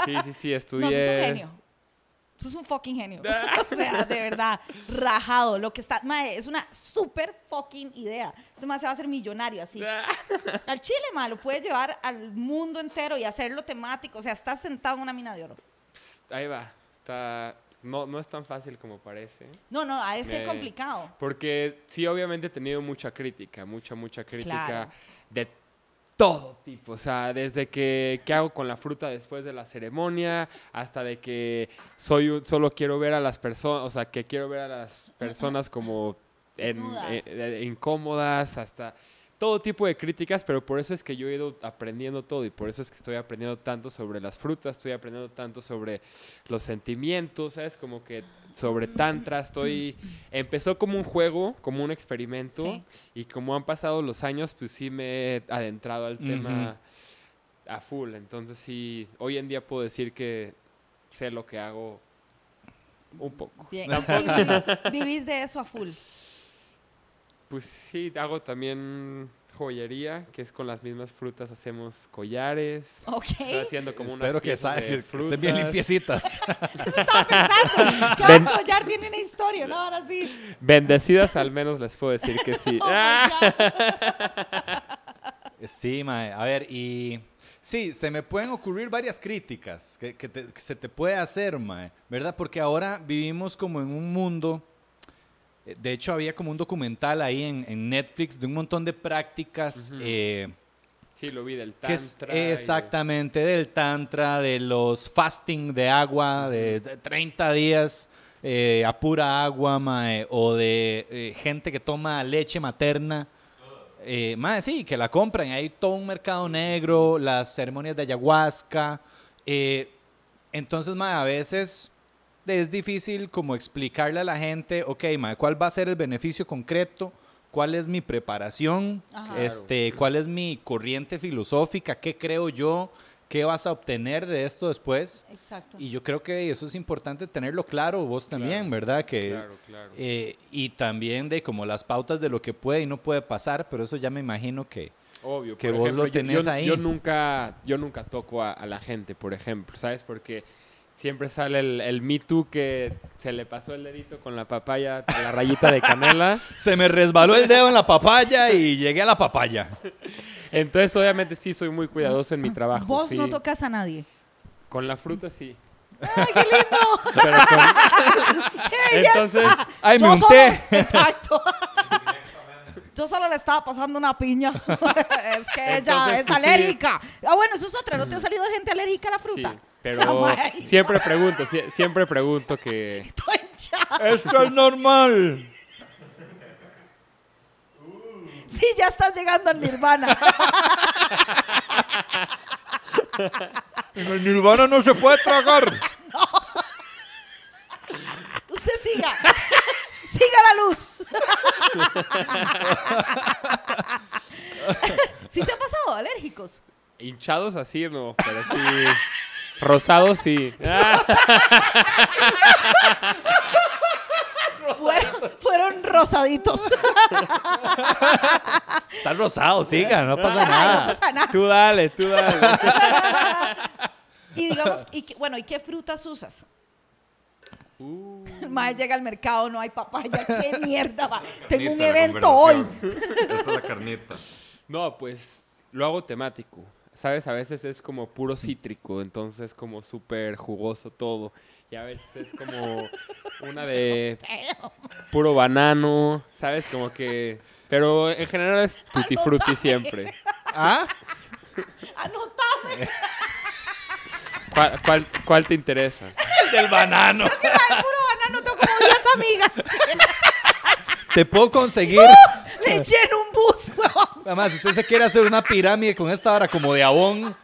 Speaker 5: Sí, sí, sí, estudié.
Speaker 2: No, sos un genio. Sos un fucking genio. o sea, de verdad, rajado. Lo que está. Mae, es una super fucking idea. Este mae se va a hacer millonario así. Al chile, mae, lo puedes llevar al mundo entero y hacerlo temático. O sea, estás sentado en una mina de oro.
Speaker 5: Ahí va. Está... No, no es tan fácil como parece.
Speaker 2: No, no, ha de ser
Speaker 5: Me-
Speaker 2: complicado.
Speaker 5: Porque sí, obviamente he tenido mucha crítica, mucha, mucha crítica
Speaker 2: Claro.
Speaker 5: de todo tipo. O sea, desde que qué hago con la fruta después de la ceremonia, hasta de que soy un- solo quiero ver a las personas, o sea, que quiero ver a las personas como en-
Speaker 2: Desnudas.
Speaker 5: eh, eh, incómodas, hasta todo tipo de críticas, pero por eso es que yo he ido aprendiendo todo y por eso es que estoy aprendiendo tanto sobre las frutas, estoy aprendiendo tanto sobre los sentimientos, ¿sabes? Como que sobre tantra, estoy... Empezó como un juego, como un experimento,
Speaker 2: Sí.
Speaker 5: y como han pasado los años, pues sí me he adentrado al tema a full. Entonces sí, hoy en día puedo decir que sé lo que hago un poco.
Speaker 2: Bien, y vivi- Vivís de eso a full.
Speaker 5: Pues sí, hago también joyería, que es con las mismas frutas hacemos collares.
Speaker 2: Ok.
Speaker 5: Estoy haciendo como unas
Speaker 1: Espero que,
Speaker 5: piezas
Speaker 1: sa-
Speaker 5: de
Speaker 1: que estén bien
Speaker 5: frutas.
Speaker 1: limpiecitas.
Speaker 2: Cada collar tiene una historia, ¿no? Ahora sí.
Speaker 5: Bendecidas al menos les puedo decir que sí.
Speaker 2: Oh my
Speaker 5: Ah,
Speaker 2: God.
Speaker 1: Sí, mae. A ver, y. Sí, se me pueden ocurrir varias críticas que, que te- que se te puede hacer, mae. ¿Verdad? Porque ahora vivimos como en un mundo. eh, De hecho, había como un documental ahí en, en Netflix de un montón de prácticas.
Speaker 5: Ujú.
Speaker 1: eh,
Speaker 5: sí, lo vi del
Speaker 1: que es
Speaker 5: tantra. y de-
Speaker 1: exactamente del tantra, de los fasting de agua, de de 30 días eh, a pura agua, mae, o de eh, gente que toma leche materna. Eh, mae, sí, que la compran. Hay todo un mercado negro, las ceremonias de ayahuasca. eh, entonces, mae, a veces es difícil como explicarle a la gente, ok, mae, ¿cuál va a ser el beneficio concreto? ¿Cuál es mi preparación?
Speaker 2: Ajá.
Speaker 1: Este, ¿Cuál es mi corriente filosófica? ¿Qué creo yo? ¿Qué vas a obtener de esto después?
Speaker 2: Exacto.
Speaker 1: Y yo creo que eso es importante tenerlo claro vos también, ¿verdad? Que,
Speaker 5: Claro, claro.
Speaker 1: eh, y también de como las pautas de lo que puede y no puede pasar, pero eso ya me imagino que...
Speaker 5: Obvio,
Speaker 1: que
Speaker 5: por
Speaker 1: vos
Speaker 5: ejemplo,
Speaker 1: lo
Speaker 5: yo-
Speaker 1: tenés
Speaker 5: yo,
Speaker 1: ahí.
Speaker 5: Yo nunca, yo nunca toco a, a la gente, por ejemplo, ¿sabes? Porque siempre sale el, el Me Too que se le pasó el dedito con la papaya a la rayita de canela.
Speaker 1: Se me resbaló el dedo en la papaya y llegué a la papaya.
Speaker 5: Entonces, obviamente, sí, soy muy cuidadoso en mi trabajo.
Speaker 2: Vos
Speaker 5: sí.
Speaker 2: no tocas a nadie.
Speaker 5: Con la fruta, sí.
Speaker 2: ¡Ay, qué lindo!
Speaker 5: Pero con- Entonces,
Speaker 1: ¡Ay, me
Speaker 2: Yo
Speaker 1: unté!
Speaker 2: solo- exacto. Yo solo le estaba pasando una piña. es que ella
Speaker 5: Entonces,
Speaker 2: es
Speaker 5: pues, sí.
Speaker 2: alérgica. Ah, bueno, eso es otra. ¿No te ha salido gente alérgica a la
Speaker 5: sí.
Speaker 2: fruta? Ah,
Speaker 5: Pero
Speaker 2: Ay.
Speaker 5: siempre pregunto, sie- siempre pregunto que...
Speaker 2: Estoy ya.
Speaker 1: ¡Esto es normal!
Speaker 2: Sí, ya estás llegando al nirvana.
Speaker 1: ¡El nirvana no se puede tragar!
Speaker 2: Usted siga. siga la luz. ¿Sí te ha pasado alérgicos?
Speaker 5: Hinchados así, no, pero sí... Rosados, sí. Ah,
Speaker 2: Fueron, fueron rosaditos.
Speaker 1: Está rosado, siga, no pasa
Speaker 2: Ay, no
Speaker 1: nada.
Speaker 2: pasa nada.
Speaker 5: tú dale, tú dale.
Speaker 2: Y digamos, y qué- bueno, ¿y qué frutas usas?
Speaker 1: Uh.
Speaker 2: El mae llega al mercado, no hay papaya, qué mierda, va. Tengo un
Speaker 3: Carnita, la
Speaker 2: evento hoy.
Speaker 3: conversación. Esta es la carnita.
Speaker 5: No, pues lo hago temático. Sabes, a veces es como puro cítrico, entonces como súper jugoso todo. Y a veces es como una de puro banano, ¿sabes? Como que... Pero en general es tutti frutti siempre.
Speaker 1: ¿Ah?
Speaker 2: Anotame.
Speaker 5: ¿Cuál, cuál, cuál te interesa?
Speaker 1: El del banano.
Speaker 2: Que la de puro banano tengo como 10 amigas.
Speaker 1: Te puedo conseguir.
Speaker 2: Le lleno un bus, huevón.
Speaker 1: Nada más, si usted se quiere hacer una pirámide con esta vara como de abón.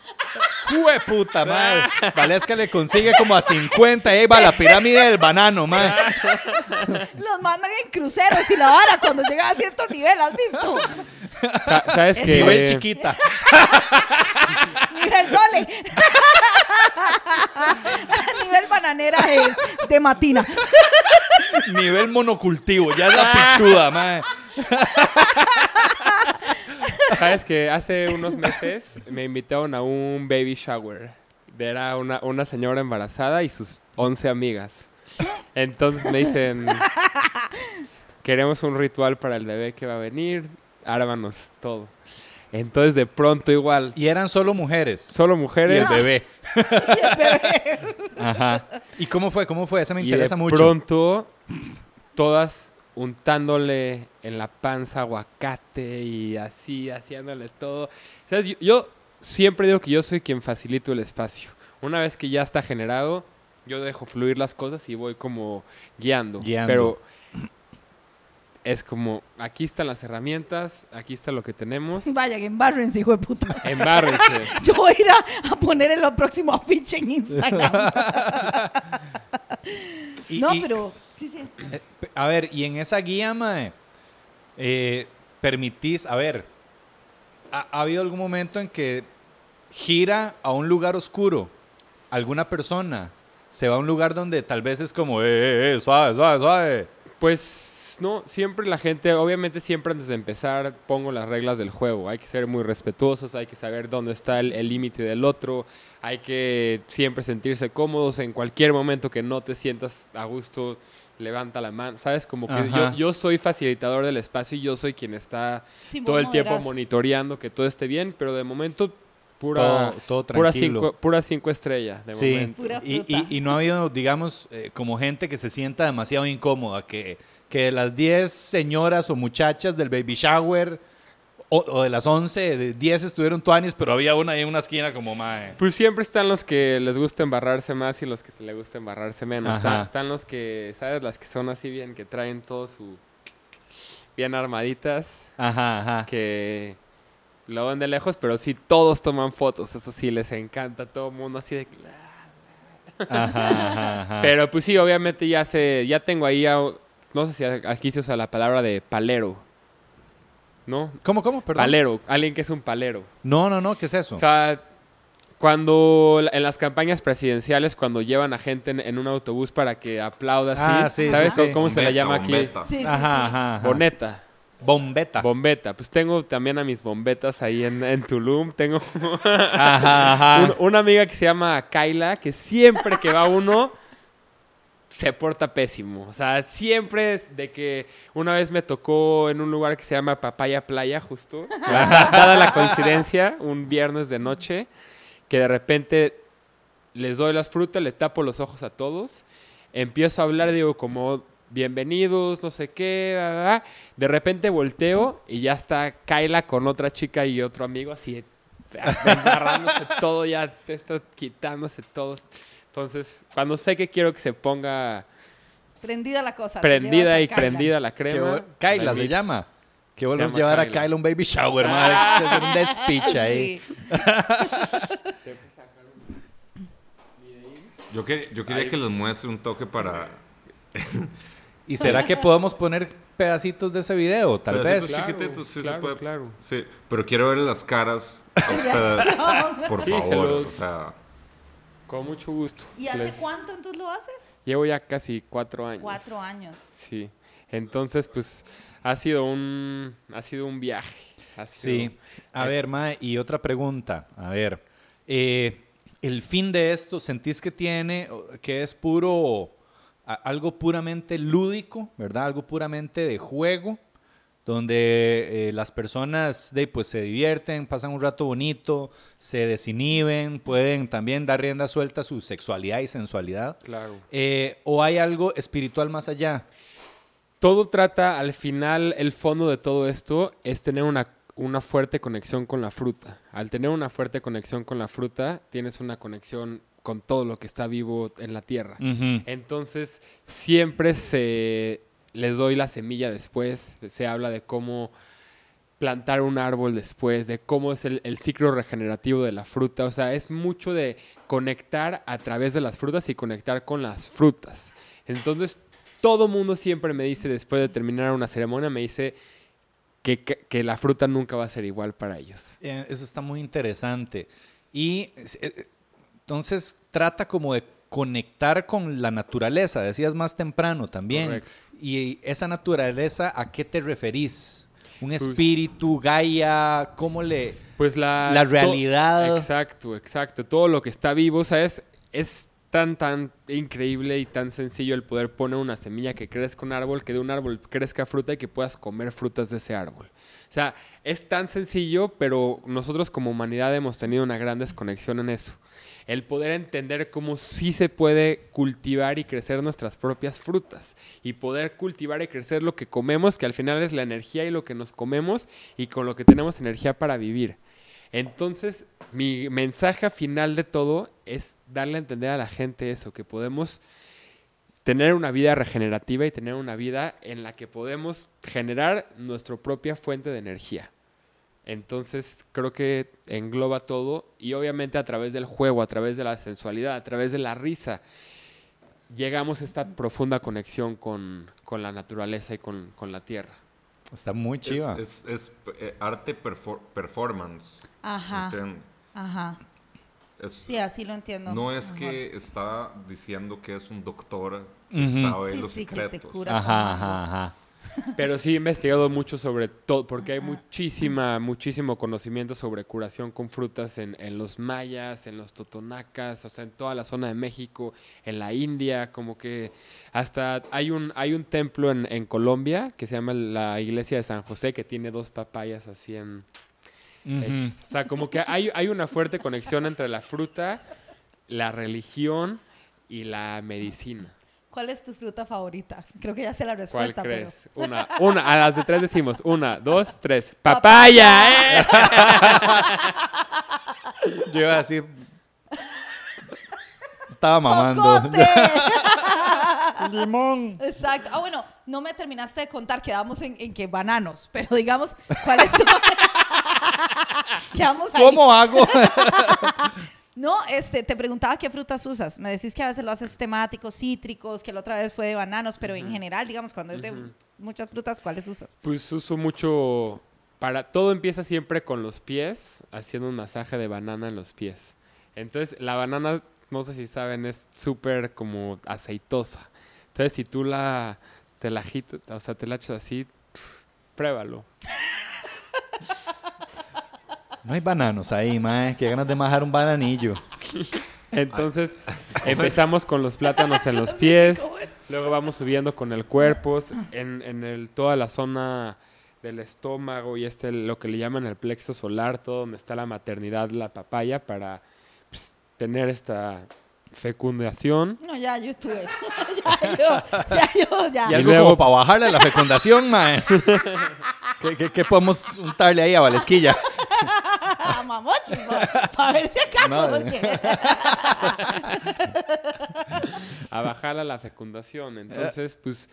Speaker 1: ¡Jue puta madre! Valesca le consigue como a 50 y ahí va la pirámide del banano, madre.
Speaker 2: Los mandan en cruceros y la vara cuando llegan a cierto nivel, ¿has visto?
Speaker 5: Sa- ¿Sabes
Speaker 2: Es
Speaker 5: que
Speaker 2: igual
Speaker 1: Nivel chiquita.
Speaker 2: Nivel dole. Nivel bananera de, de matina.
Speaker 1: Nivel monocultivo. Ya es la pichuda, mae.
Speaker 5: Sabes que hace unos meses me invitaron a un baby shower. Era una, una señora embarazada y sus 11 amigas. Entonces me dicen, queremos un ritual para el bebé que va a venir, ármanos todo. Entonces de pronto igual,
Speaker 1: Y eran solo mujeres.
Speaker 5: solo
Speaker 1: Y el
Speaker 5: mujeres
Speaker 1: bebé. Ajá. ¿Y cómo fue? ¿Cómo fue? Eso me
Speaker 5: y
Speaker 1: interesa
Speaker 5: de
Speaker 1: mucho.
Speaker 5: pronto todas untándole en la panza aguacate y así, haciéndole todo. ¿Sabes? Yo, yo siempre digo que yo soy quien facilito el espacio. Una vez que ya está generado, yo dejo fluir las cosas y voy como guiando.
Speaker 1: Guiando.
Speaker 5: Pero es como, aquí están las herramientas, aquí está lo que tenemos,
Speaker 2: Vaya, que embárrense, hijo de puta.
Speaker 5: embárrense.
Speaker 2: Yo voy a ir a, a poner en lo próximo afiche en Instagram.
Speaker 1: Y-
Speaker 2: no,
Speaker 1: y-
Speaker 2: pero. Sí, sí.
Speaker 1: eh, pe- a ver, y en esa guía, mae, eh, permitís, a ver, ha, ha habido algún momento en que gira a un lugar oscuro alguna persona, se va a un lugar donde tal vez es como, eh, eh, eh, suave, suave, suave.
Speaker 5: Pues no, siempre la gente, obviamente siempre antes de empezar pongo las reglas del juego. Hay que ser muy respetuosos, hay que saber dónde está el el límite del otro, hay que siempre sentirse cómodos. En cualquier momento que no te sientas a gusto, levanta la mano. Sabes, como que yo,
Speaker 1: Ajá.
Speaker 5: yo soy facilitador del espacio y yo soy quien está
Speaker 2: Sí, vos
Speaker 5: todo el tiempo
Speaker 2: moderás.
Speaker 5: monitoreando que todo esté bien, pero de momento pura,
Speaker 1: Todo, todo
Speaker 5: pura,
Speaker 1: tranquilo.
Speaker 5: cinco, pura cinco estrellas. De
Speaker 1: sí,
Speaker 5: momento.
Speaker 2: Pura
Speaker 1: y,
Speaker 2: fruta.
Speaker 1: y- y no ha habido, digamos, eh, como gente que se sienta demasiado incómoda, que, que de las 10 señoras o muchachas del baby shower o, o de las 11, de 10 estuvieron tuanis, pero había una ahí en una esquina como mae.
Speaker 5: Pues siempre están los que les gusta embarrarse más y los que se les gusta embarrarse menos. Está-
Speaker 1: Ajá.
Speaker 5: están los que, ¿sabes? Las que son así bien, que traen todo su... Bien armaditas,
Speaker 1: Ajá, ajá.
Speaker 5: que lo ven de lejos, pero sí todos toman fotos. Eso sí les encanta, todo el mundo así de...
Speaker 1: Ajá, ajá, ajá.
Speaker 5: Pero pues sí, obviamente ya se, ya tengo ahí, a- no sé si aquí se usa la palabra de palero. ¿No?
Speaker 1: ¿Cómo, cómo? Perdón.
Speaker 5: Palero, alguien que es un palero.
Speaker 1: No, no, no, ¿qué es eso?
Speaker 5: O sea, cuando la- en las campañas presidenciales, cuando llevan a gente en, en un autobús para que aplauda
Speaker 1: Ah,
Speaker 5: así,
Speaker 1: sí,
Speaker 5: ¿sabes
Speaker 1: sí,
Speaker 5: cómo,
Speaker 1: sí.
Speaker 5: cómo se le
Speaker 3: Bombeta,
Speaker 5: llama aquí?
Speaker 3: bombeta.
Speaker 2: Sí, sí, sí.
Speaker 1: Ajá, ajá, ajá.
Speaker 5: Boneta.
Speaker 1: Bombeta.
Speaker 5: Bombeta. Pues tengo también a mis bombetas ahí en, en Tulum. Tengo
Speaker 1: Ajá,
Speaker 5: un-
Speaker 1: ajá.
Speaker 5: una amiga que se llama Kaila, que siempre que va uno se porta pésimo. O sea, siempre es de que una vez me tocó en un lugar que se llama Papaya Playa, justo, dada la coincidencia, un viernes de noche, que de repente les doy las frutas, le tapo los ojos a todos, empiezo a hablar, digo, como bienvenidos, no sé qué, bla, bla, bla. de repente volteo y ya está Kaila con otra chica y otro amigo, así agarrándose todo, ya te está quitándose todo. Entonces, cuando sé que quiero que se ponga
Speaker 2: Prendida la cosa. te llevas
Speaker 5: prendida
Speaker 2: a
Speaker 5: y
Speaker 2: Kaila.
Speaker 5: prendida la
Speaker 1: Qué
Speaker 5: crema.
Speaker 1: bu- Kaila
Speaker 5: la
Speaker 1: se
Speaker 5: listo.
Speaker 1: llama. Que bueno
Speaker 5: llama
Speaker 1: llevar a
Speaker 5: Kaila.
Speaker 1: Kaila a un baby shower, madre. Es un despiche ahí.
Speaker 2: Sí.
Speaker 3: Yo, quer- yo quería que les muestre un toque para...
Speaker 1: ¿Y será que podemos poner pedacitos de ese video? Tal
Speaker 3: Pedacitos
Speaker 1: vez.
Speaker 5: Claro,
Speaker 3: chiquititos, sí se
Speaker 5: claro,
Speaker 3: puede.
Speaker 5: claro.
Speaker 3: Sí, pero quiero ver las caras a ustedes, por
Speaker 5: Sí, se
Speaker 3: favor.
Speaker 5: los-
Speaker 3: O sea,
Speaker 5: Con mucho gusto.
Speaker 2: ¿Y hace
Speaker 5: Les-
Speaker 2: cuánto entonces lo haces?
Speaker 5: Llevo ya casi cuatro años.
Speaker 2: Cuatro años.
Speaker 5: Sí. Entonces, pues, ha sido un, ha sido un viaje. Ha sido-
Speaker 1: Sí. A ver, Mae, y otra pregunta. A ver, eh, el fin de esto, ¿sentís que tiene, o- que es puro, a- algo puramente lúdico, ¿verdad? Algo puramente de juego, donde eh, las personas de, pues, se divierten, pasan un rato bonito, se desinhiben, pueden también dar rienda suelta a su sexualidad y sensualidad.
Speaker 5: Claro.
Speaker 1: Eh, ¿O hay algo espiritual más allá?
Speaker 5: Todo trata, al final, el fondo de todo esto es tener una, una fuerte conexión con la fruta. Al tener una fuerte conexión con la fruta, tienes una conexión con todo lo que está vivo en la tierra. Entonces, siempre se les doy la semilla después, se habla de cómo plantar un árbol después, de cómo es el, el ciclo regenerativo de la fruta. O sea, es mucho de conectar a través de las frutas y conectar con las frutas. Entonces, todo mundo siempre me dice, después de terminar una ceremonia, me dice, que, que- que la fruta nunca va a ser igual para ellos.
Speaker 1: Eh, eso está muy interesante. Y es- eh, entonces trata como de conectar con la naturaleza, decías más temprano también.
Speaker 5: Correcto.
Speaker 1: Y esa naturaleza, ¿a qué te referís? Un
Speaker 5: Pues-
Speaker 1: espíritu, Gaia, ¿cómo le...?
Speaker 5: Pues la,
Speaker 1: La
Speaker 5: to-
Speaker 1: realidad.
Speaker 5: Exacto, exacto. Todo lo que está vivo, o sea, es, es tan, tan increíble y tan sencillo el poder poner una semilla que crezca un árbol, que de un árbol crezca fruta y que puedas comer frutas de ese árbol. O sea, es tan sencillo, pero nosotros como humanidad hemos tenido una gran desconexión en eso. El poder entender cómo sí se puede cultivar y crecer nuestras propias frutas. Y poder cultivar y crecer lo que comemos, que al final es la energía y lo que nos comemos y con lo que tenemos energía para vivir. Entonces, mi mensaje final de todo es darle a entender a la gente eso, que podemos tener una vida regenerativa y tener una vida en la que podemos generar nuestra propia fuente de energía. Entonces, creo que engloba todo y obviamente a través del juego, a través de la sensualidad, a través de la risa, llegamos a esta profunda conexión con, con la naturaleza y con, con la tierra.
Speaker 1: Está muy
Speaker 3: Es-
Speaker 1: chiva.
Speaker 3: Es, es, eh, arte perfor- performance.
Speaker 2: Ajá,
Speaker 3: ¿entienden?
Speaker 2: ajá.
Speaker 3: Es-
Speaker 2: Sí, así lo entiendo.
Speaker 3: no es
Speaker 2: mejor.
Speaker 3: que está diciendo que es un doctor que
Speaker 1: Ujú.
Speaker 3: sabe
Speaker 2: Sí,
Speaker 3: los
Speaker 2: sí, que te
Speaker 3: secretos.
Speaker 2: cura.
Speaker 1: Ajá, ajá, ajá.
Speaker 5: Pero sí he investigado mucho sobre todo, porque hay muchísima, muchísimo conocimiento sobre curación con frutas en, en los mayas, en los totonacas, o sea, en toda la zona de México, en la India, como que hasta hay un, hay un templo en, en Colombia que se llama la iglesia de San José, que tiene dos papayas así en
Speaker 1: Ujú.
Speaker 5: hechas. O sea, como que hay, hay una fuerte conexión entre la fruta, la religión y la medicina.
Speaker 2: ¿Cuál es tu fruta favorita? Creo que ya sé la
Speaker 5: ¿Cuál
Speaker 2: respuesta, pero.
Speaker 5: crees? Una, una, a las de tres decimos, una, dos, tres. ¡Papaya! ¿eh?
Speaker 1: Yo iba a decir... Estaba mamando.
Speaker 2: ¡Cocote!
Speaker 1: Limón.
Speaker 2: Exacto. Ah, bueno, no me terminaste de contar, quedamos en, en que bananos, pero digamos, ¿cuáles son? quedamos ahí.
Speaker 1: ¿Cómo hago?
Speaker 2: No, este, te preguntaba qué frutas usas. Me decís que a veces lo haces temáticos, cítricos, que la otra vez fue de bananos, pero en general, digamos, cuando es de muchas frutas, ¿cuáles usas?
Speaker 5: Pues uso mucho para todo empieza siempre con los pies, haciendo un masaje de banana en los pies. Entonces, la banana, no sé si saben, es súper como aceitosa. Entonces, si tú la te la agitas, o sea, te la echas así, pruébalo.
Speaker 1: No hay bananos ahí, mae. Qué ganas de majar un bananillo.
Speaker 5: Entonces,
Speaker 2: Ah,
Speaker 5: empezamos con los plátanos en los pies.
Speaker 2: ¿Cómo es?
Speaker 5: Luego vamos subiendo con el cuerpo, s- en, en el, toda la zona del estómago y este lo que le llaman el plexo solar, todo donde está la maternidad, la papaya, para pues, tener esta fecundación.
Speaker 2: No, ya yo estuve. ya yo, ya yo, ya.
Speaker 5: Y
Speaker 1: Y
Speaker 5: al-
Speaker 1: algo
Speaker 5: luego,
Speaker 1: como
Speaker 5: pues-
Speaker 1: para bajarle la fecundación, mae. ¿Qué, qué, qué podemos untarle ahí a Valesquilla?
Speaker 2: Ah, mamochi, pa- pa' ver si acaso,
Speaker 1: Madre.
Speaker 2: porque-
Speaker 5: a bajar a la fecundación. Entonces, pues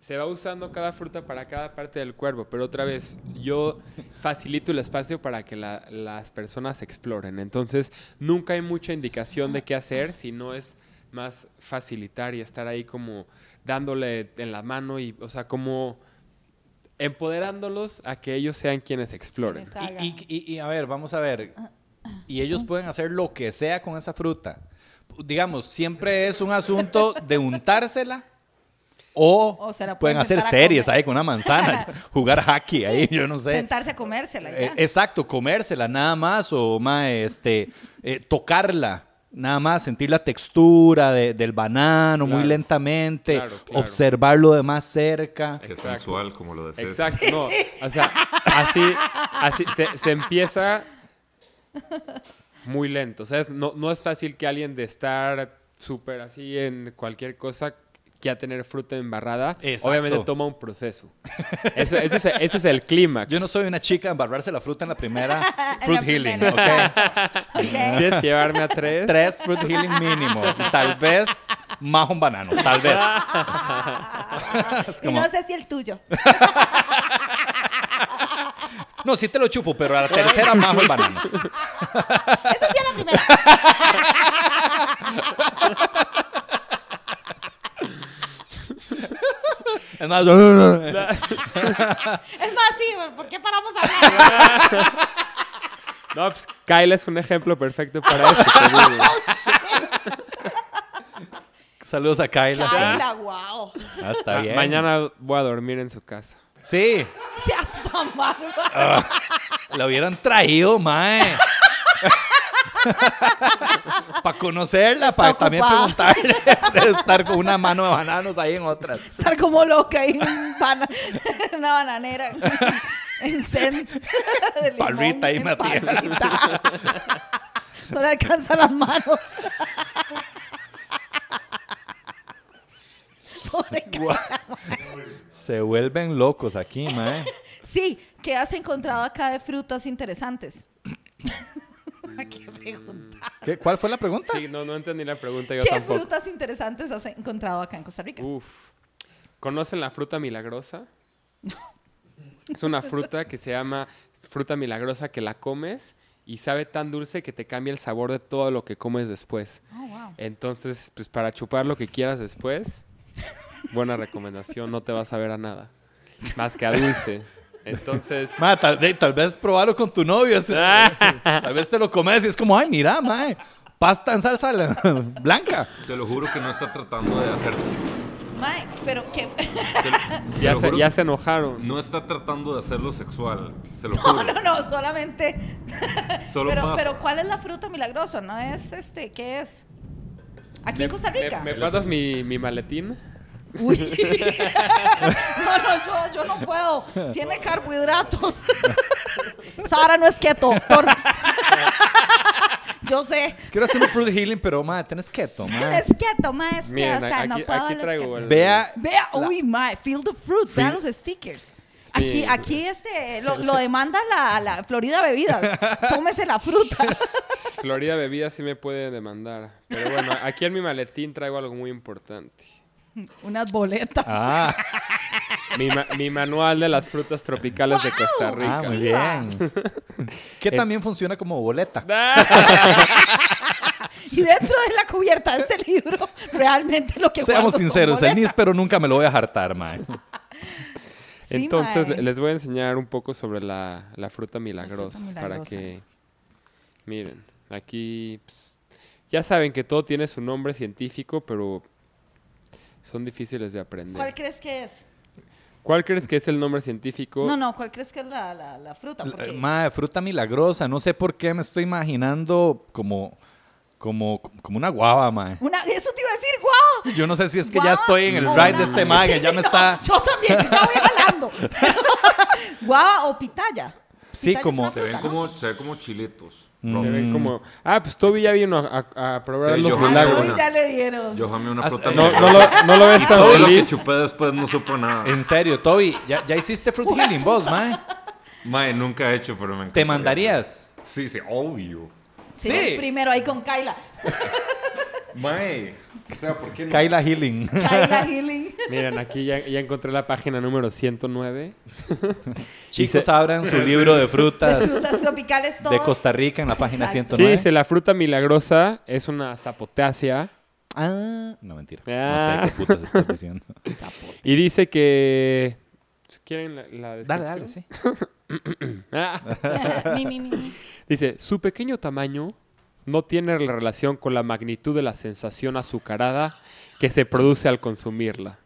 Speaker 5: se va usando cada fruta para cada parte del cuerpo, pero otra vez yo facilito el espacio para que la- las personas exploren. Entonces, nunca hay mucha indicación de qué hacer, si no es más facilitar y estar ahí como dándole en la mano y, o sea, como empoderándolos a que ellos sean quienes exploren.
Speaker 2: Quienes hagan.
Speaker 1: Y, y- y- y, a ver, vamos a ver. Y ellos pueden hacer lo que sea con esa fruta. Digamos, siempre es un asunto de untársela o,
Speaker 2: O se
Speaker 1: pueden
Speaker 2: la pueden
Speaker 1: hacer
Speaker 2: sentar a
Speaker 1: series
Speaker 2: comer.
Speaker 1: ahí con una manzana, jugar hockey ahí, yo no sé.
Speaker 2: sentarse a comérsela. ya.
Speaker 1: Eh, exacto, comérsela nada más o más este, eh, tocarla. Nada más sentir la textura de- del banano muy
Speaker 5: Claro.
Speaker 1: lentamente,
Speaker 5: Claro, claro.
Speaker 1: observarlo de más cerca.
Speaker 3: Que es
Speaker 5: Exacto.
Speaker 3: sensual, como lo decías.
Speaker 5: Exacto, no, o sea, así, así se, se empieza muy lento, o sea, es- no, no es fácil que alguien de estar súper así en cualquier cosa que a tener fruta embarrada,
Speaker 1: Exacto.
Speaker 5: obviamente toma un proceso. Eso, eso es, eso es el clímax.
Speaker 1: Yo no soy una chica embarrarse la fruta en la primera
Speaker 2: En
Speaker 1: fruit
Speaker 2: la
Speaker 1: healing,
Speaker 2: primera,
Speaker 1: ¿ok?
Speaker 2: Ok.
Speaker 5: Tienes que llevarme a tres.
Speaker 1: Tres fruit healing mínimo. Y Tal vez más un banano. Tal vez. Es
Speaker 2: Y
Speaker 1: como,
Speaker 2: no sé si el tuyo.
Speaker 1: no, sí te lo chupo, pero a la tercera majo el banano.
Speaker 2: Esa sí es la primera.
Speaker 1: Es más, no, no, no.
Speaker 2: Es más, sí, ¿por qué paramos a hablar?
Speaker 5: No, pues Kyla es un ejemplo perfecto para eso.
Speaker 2: Oh,
Speaker 5: seguro.
Speaker 1: Saludos a Kyla.
Speaker 2: Kyla, wow.
Speaker 1: Ah, está
Speaker 5: Ma-
Speaker 1: bien.
Speaker 5: Mañana voy a dormir en su casa.
Speaker 1: Sí,
Speaker 2: Seas tan bárbaro.
Speaker 1: la hubieran traído, mae. para conocerla, para
Speaker 2: Está
Speaker 1: también
Speaker 2: ocupada.
Speaker 1: preguntarle de estar con una mano de bananos ahí en otras.
Speaker 2: Estar como loca ahí en bana- en una bananera. En cent. de limón,
Speaker 1: Palrita ahí,
Speaker 2: en
Speaker 1: Matías.
Speaker 2: palrita. No le alcanza las manos. Pobre ca-
Speaker 1: Se vuelven locos aquí, mae.
Speaker 2: Sí, ¿qué has encontrado acá de frutas interesantes? ¿Qué pregunta?
Speaker 1: ¿Qué- ¿Cuál fue la pregunta?
Speaker 5: Sí, no, no entendí la pregunta yo
Speaker 2: ¿Qué
Speaker 5: tampoco. Uh.
Speaker 2: frutas interesantes has encontrado acá en Costa Rica?
Speaker 5: Uf. ¿Conocen la fruta milagrosa? Es una fruta que se llama fruta milagrosa que la comes y sabe tan dulce que te cambia el sabor de todo lo que comes después.
Speaker 2: Oh, wow.
Speaker 5: Entonces, pues para chupar lo que quieras después, buena recomendación, no te vas a ver a nada. Más que a dulce. Entonces,
Speaker 1: Mae, tal, de- tal vez probarlo con tu novio. es- tal vez te lo comes y es como, ay, mira, mae. Pasta en salsa la- blanca.
Speaker 3: Se lo juro que no está tratando de hacer.
Speaker 2: Mae, pero que.
Speaker 3: se lo- se
Speaker 5: ya
Speaker 3: lo
Speaker 5: se,
Speaker 3: juro,
Speaker 5: ya se enojaron.
Speaker 3: No está tratando de hacerlo sexual. Se lo
Speaker 2: No,
Speaker 3: juro.
Speaker 2: no, no, solamente.
Speaker 3: Solo
Speaker 2: pero,
Speaker 3: pasa.
Speaker 2: pero, ¿cuál es la fruta milagrosa? ¿No es este? ¿Qué es? Aquí en Costa
Speaker 5: ¿Me,
Speaker 2: Rica.
Speaker 5: me pasas mi, mi maletín?
Speaker 2: Uy. no, no, yo, yo no puedo. Tiene carbohidratos. Sara no es keto, doctor. yo sé.
Speaker 1: Quiero hacer un fruit healing, pero, mae, tenés keto, mae.
Speaker 2: Es keto, mae, es que,
Speaker 5: Ah. Miren,
Speaker 2: o sea,
Speaker 5: aquí,
Speaker 2: no puedo
Speaker 5: aquí
Speaker 2: hablar, es
Speaker 5: traigo
Speaker 2: keto.
Speaker 5: el-
Speaker 1: Vea,
Speaker 2: Vea, uy, mae, feel the fruit, vea
Speaker 1: Feel-
Speaker 2: los stickers.
Speaker 5: Sí.
Speaker 2: Aquí, aquí este, lo, lo demanda la, la Florida Bebidas. Tómese la fruta.
Speaker 5: Florida Bebida sí me puede demandar. Pero bueno, aquí en mi maletín traigo algo muy importante.
Speaker 2: Unas boletas.
Speaker 1: Ah,
Speaker 5: Mi, ma- mi manual de las frutas tropicales de Costa Rica.
Speaker 1: ah, muy
Speaker 2: eh.
Speaker 1: bien. Que también funciona como boleta.
Speaker 2: Y dentro de la cubierta de este libro, realmente lo que guardo
Speaker 1: Seamos
Speaker 2: son
Speaker 1: sinceros, el
Speaker 2: boletas.
Speaker 1: níspero nunca me lo voy a hartar, mae.
Speaker 2: Ah, Sí,
Speaker 5: Entonces
Speaker 2: mae.
Speaker 5: le- les voy a enseñar un poco sobre la, la fruta milagrosa, para
Speaker 2: milagrosa.
Speaker 5: que miren, aquí pues, ya saben que todo tiene su nombre científico, pero son difíciles de aprender.
Speaker 2: ¿Cuál crees que es?
Speaker 5: ¿Cuál crees que es el nombre científico?
Speaker 2: No, no, ¿cuál crees que es la, la, la fruta? Porque
Speaker 1: Eh, Mae, fruta milagrosa. No sé por qué me estoy imaginando como, como, como una guava, mae.
Speaker 2: una, eso te iba a decir, guau.
Speaker 1: Yo no sé si es que ya
Speaker 2: guau,
Speaker 1: estoy en el
Speaker 2: o
Speaker 1: ride de
Speaker 2: una-
Speaker 1: este mae, que
Speaker 2: Sí,
Speaker 1: ya
Speaker 2: sí,
Speaker 1: me
Speaker 2: no,
Speaker 1: está...
Speaker 2: Yo también, yo ya voy jalando. Guava o pitaya.
Speaker 1: Sí,
Speaker 2: Pitaya es
Speaker 1: como-
Speaker 2: una
Speaker 1: Se
Speaker 3: Se ven
Speaker 2: fruta, ¿no?
Speaker 3: como, se ven como chiletos.
Speaker 5: Mm. Se
Speaker 3: Ron.
Speaker 5: ven como, ah, pues Toby ya vino a, a- a probar
Speaker 3: Mm. Sí,
Speaker 5: los
Speaker 3: yo-
Speaker 2: Ay,
Speaker 5: milagros.
Speaker 3: Milagro.
Speaker 2: Ah, ya le dieron.
Speaker 3: Yo jamé una
Speaker 1: As-
Speaker 3: fruta.
Speaker 1: eh,
Speaker 5: No,
Speaker 3: milagrosa.
Speaker 5: no lo, no lo ves tan
Speaker 3: Todo lo que
Speaker 5: feliz.
Speaker 3: chupé después no supo nada.
Speaker 1: En serio, Toby, ya, ya hiciste fruit healing vos, mae.
Speaker 3: Mae, nunca he hecho, pero me
Speaker 1: ¿Te
Speaker 3: encantaría.
Speaker 1: mandarías?
Speaker 3: Sí, sí, obvio.
Speaker 2: Sí.
Speaker 1: Sí.
Speaker 2: Primero ahí con Kaila.
Speaker 3: Mae, o sea, ¿por qué no?
Speaker 1: Kyla Healing.
Speaker 2: Kaila Healing.
Speaker 5: Miren, aquí ya, ya encontré la página número 109.
Speaker 1: Chicos, abran su libro de
Speaker 2: De
Speaker 1: frutas
Speaker 2: frutas tropicales todos.
Speaker 1: de Costa Rica en la página
Speaker 2: Exacto.
Speaker 1: 109.
Speaker 5: Sí, se la fruta milagrosa es una zapotácea.
Speaker 1: Ah, no, mentira.
Speaker 5: Ah.
Speaker 1: No sé qué putas estás diciendo.
Speaker 5: Y dice que. ¿Quieren la, la
Speaker 1: Dale,
Speaker 5: descripción?
Speaker 1: dale, sí.
Speaker 5: Ah.
Speaker 2: mi, mi, mi, mi.
Speaker 5: Dice: Su pequeño tamaño no tiene relación con la magnitud de la sensación azucarada que se produce al consumirla.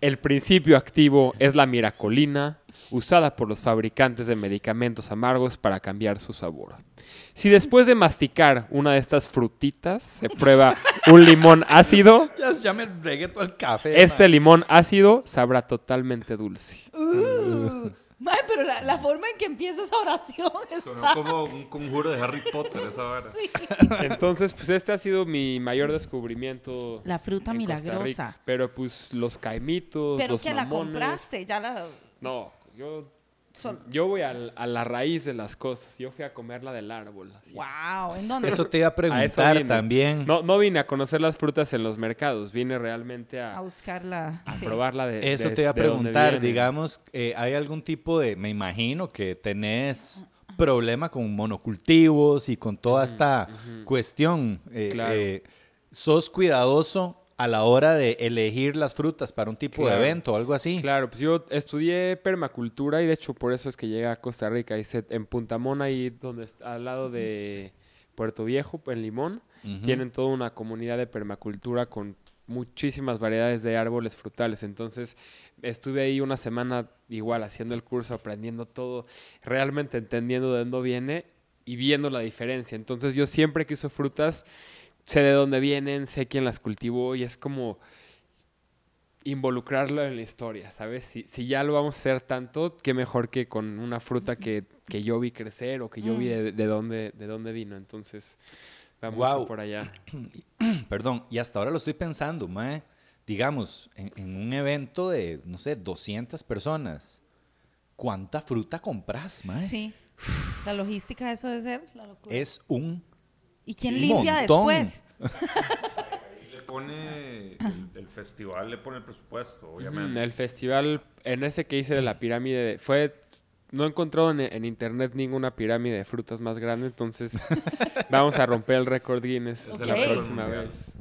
Speaker 5: El principio activo es la miracolina, usada por los fabricantes de medicamentos amargos para cambiar su sabor. Si después de masticar una de estas frutitas se prueba un limón ácido,
Speaker 1: Ya, ya me regué todo el café.
Speaker 5: Este limón ácido sabrá totalmente dulce.
Speaker 2: Uh. Mae, pero la, la forma en que empieza esa oración
Speaker 3: Sonó
Speaker 2: está...
Speaker 3: como un conjuro de Harry Potter esa vara.
Speaker 5: Entonces, pues este ha sido mi mayor descubrimiento.
Speaker 2: La fruta
Speaker 5: en Costa
Speaker 2: milagrosa.
Speaker 5: Rica. Pero pues los caimitos,
Speaker 2: Pero
Speaker 5: los
Speaker 2: que la
Speaker 5: mamones-
Speaker 2: compraste, ya la...
Speaker 5: No, yo,
Speaker 2: sol-
Speaker 5: yo voy al- a la raíz de las cosas. Yo fui a comerla del árbol. así.
Speaker 2: Wow, ¿en dónde?
Speaker 1: Eso te iba a
Speaker 5: A eso
Speaker 1: preguntar
Speaker 5: vine.
Speaker 1: también.
Speaker 5: No, no vine a conocer las frutas en los mercados. Vine realmente a,
Speaker 2: A buscar la...
Speaker 5: a
Speaker 2: Ah, sí.
Speaker 5: probarla de
Speaker 1: Eso
Speaker 5: de-
Speaker 1: te iba a
Speaker 5: de dónde
Speaker 1: preguntar,
Speaker 5: viene.
Speaker 1: digamos, eh, ¿hay algún tipo de, me imagino que tenés problema con monocultivos y con toda esta cuestión? Eh,
Speaker 5: Claro.
Speaker 1: eh, ¿Sos cuidadoso a la hora de elegir las frutas para un tipo
Speaker 5: Claro.
Speaker 1: de evento o algo así.
Speaker 5: Claro, pues yo estudié permacultura y de hecho por eso es que llegué a Costa Rica. Hice en Puntamona y donde est- al lado de Puerto Viejo, en Limón,
Speaker 1: Ujú.
Speaker 5: tienen toda una comunidad de permacultura con muchísimas variedades de árboles frutales. Entonces estuve ahí una semana igual haciendo el curso, aprendiendo todo, realmente entendiendo de dónde viene y viendo la diferencia. Entonces yo siempre que uso frutas, sé de dónde vienen, sé quién las cultivó y es como involucrarlo en la historia, ¿sabes? Si, si ya lo vamos a hacer tanto, qué mejor que con una fruta que, que yo vi crecer o que yo vi de, de dónde, de dónde vino. Entonces, va
Speaker 1: Guau.
Speaker 5: mucho por allá.
Speaker 1: Perdón, y hasta ahora lo estoy pensando, mae. Digamos, en, en un evento de, no sé, 200 personas, ¿cuánta fruta compras, mae?
Speaker 2: Sí. La logística de eso debe ser la locura.
Speaker 1: ¿eh? Es un...
Speaker 2: ¿Y quién
Speaker 1: un
Speaker 2: limpia
Speaker 1: montón.
Speaker 2: después?
Speaker 3: Le pone el, el festival, le pone el presupuesto,
Speaker 5: Mm,
Speaker 3: obviamente.
Speaker 5: El festival, en ese que hice de la pirámide, fue... No he encontrado en, en internet ninguna pirámide de frutas más grande, entonces vamos a romper el récord Guinness
Speaker 3: Es
Speaker 2: el
Speaker 5: la
Speaker 2: récord
Speaker 5: próxima
Speaker 3: mundial.
Speaker 5: vez.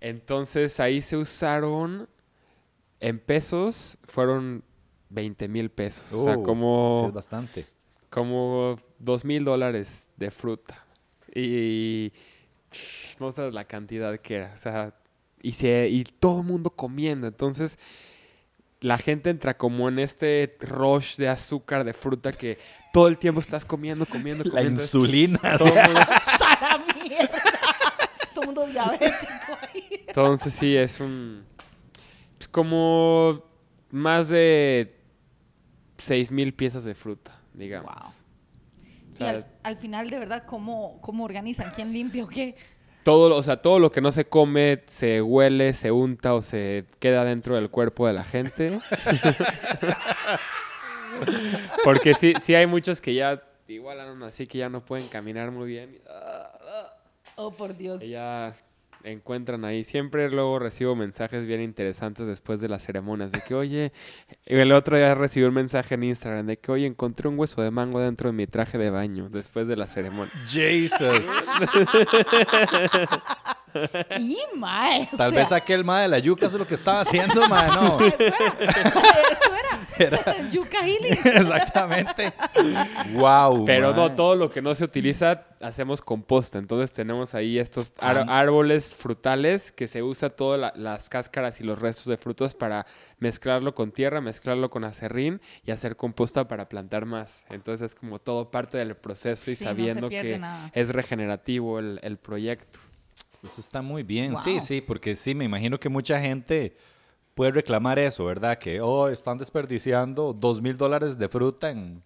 Speaker 5: Entonces ahí se usaron, en pesos, fueron 20 mil pesos. o sea,
Speaker 1: Oh,
Speaker 5: como...
Speaker 1: sí, es bastante.
Speaker 5: como dos mil dólares de fruta. Y no sabes la cantidad que era. O sea, y, se, y todo el mundo comiendo. Entonces, la gente entra como en este rush de azúcar, de fruta, que todo el tiempo estás comiendo, comiendo,
Speaker 1: La
Speaker 5: comiendo.
Speaker 1: insulina.
Speaker 5: Todo el mundo-
Speaker 2: ¡Para mierda! Todo el mundo es diabético ahí.
Speaker 5: Entonces, sí, es un... Pues como más de seis mil piezas de fruta, digamos.
Speaker 2: Wow.
Speaker 5: O
Speaker 2: Y
Speaker 5: sea,
Speaker 2: al, al final, de verdad, ¿cómo, ¿cómo organizan? ¿Quién limpia o qué?
Speaker 5: Todo, o sea, todo lo que no se come, se huele, se unta o se queda dentro del cuerpo de la gente. Porque sí, sí hay muchos que ya igual andan así que ya no pueden caminar muy bien.
Speaker 2: Oh, por Dios.
Speaker 5: y Ya encuentran ahí. Siempre luego recibo mensajes bien interesantes después de las ceremonias. De que, oye, el otro día recibí un mensaje en Instagram de que, oye, encontré un hueso de mango dentro de mi traje de baño después de la ceremonia.
Speaker 1: Jesus.
Speaker 2: Y mae. o
Speaker 1: Tal
Speaker 2: sea,
Speaker 1: vez aquel mae de la yuca eso es lo que estaba haciendo, mae, no.
Speaker 2: Eso era. Eso era. Yuca Healing.
Speaker 1: Exactamente. Wow.
Speaker 5: Pero no, todo lo que no se utiliza hacemos composta. Entonces tenemos ahí estos ar- árboles frutales que se usa todas las cáscaras y los restos de frutas para mezclarlo con tierra, mezclarlo con acerrín y hacer composta para plantar más. Entonces es como todo parte del proceso y
Speaker 2: Sí, no se
Speaker 5: sabiendo
Speaker 2: pierde
Speaker 5: que
Speaker 2: nada.
Speaker 5: es regenerativo el, el proyecto.
Speaker 1: Eso está muy bien.
Speaker 2: Wow.
Speaker 1: Sí, sí, porque sí, me imagino que mucha gente puede reclamar eso, ¿verdad? Que, oh, están desperdiciando dos mil dólares de fruta en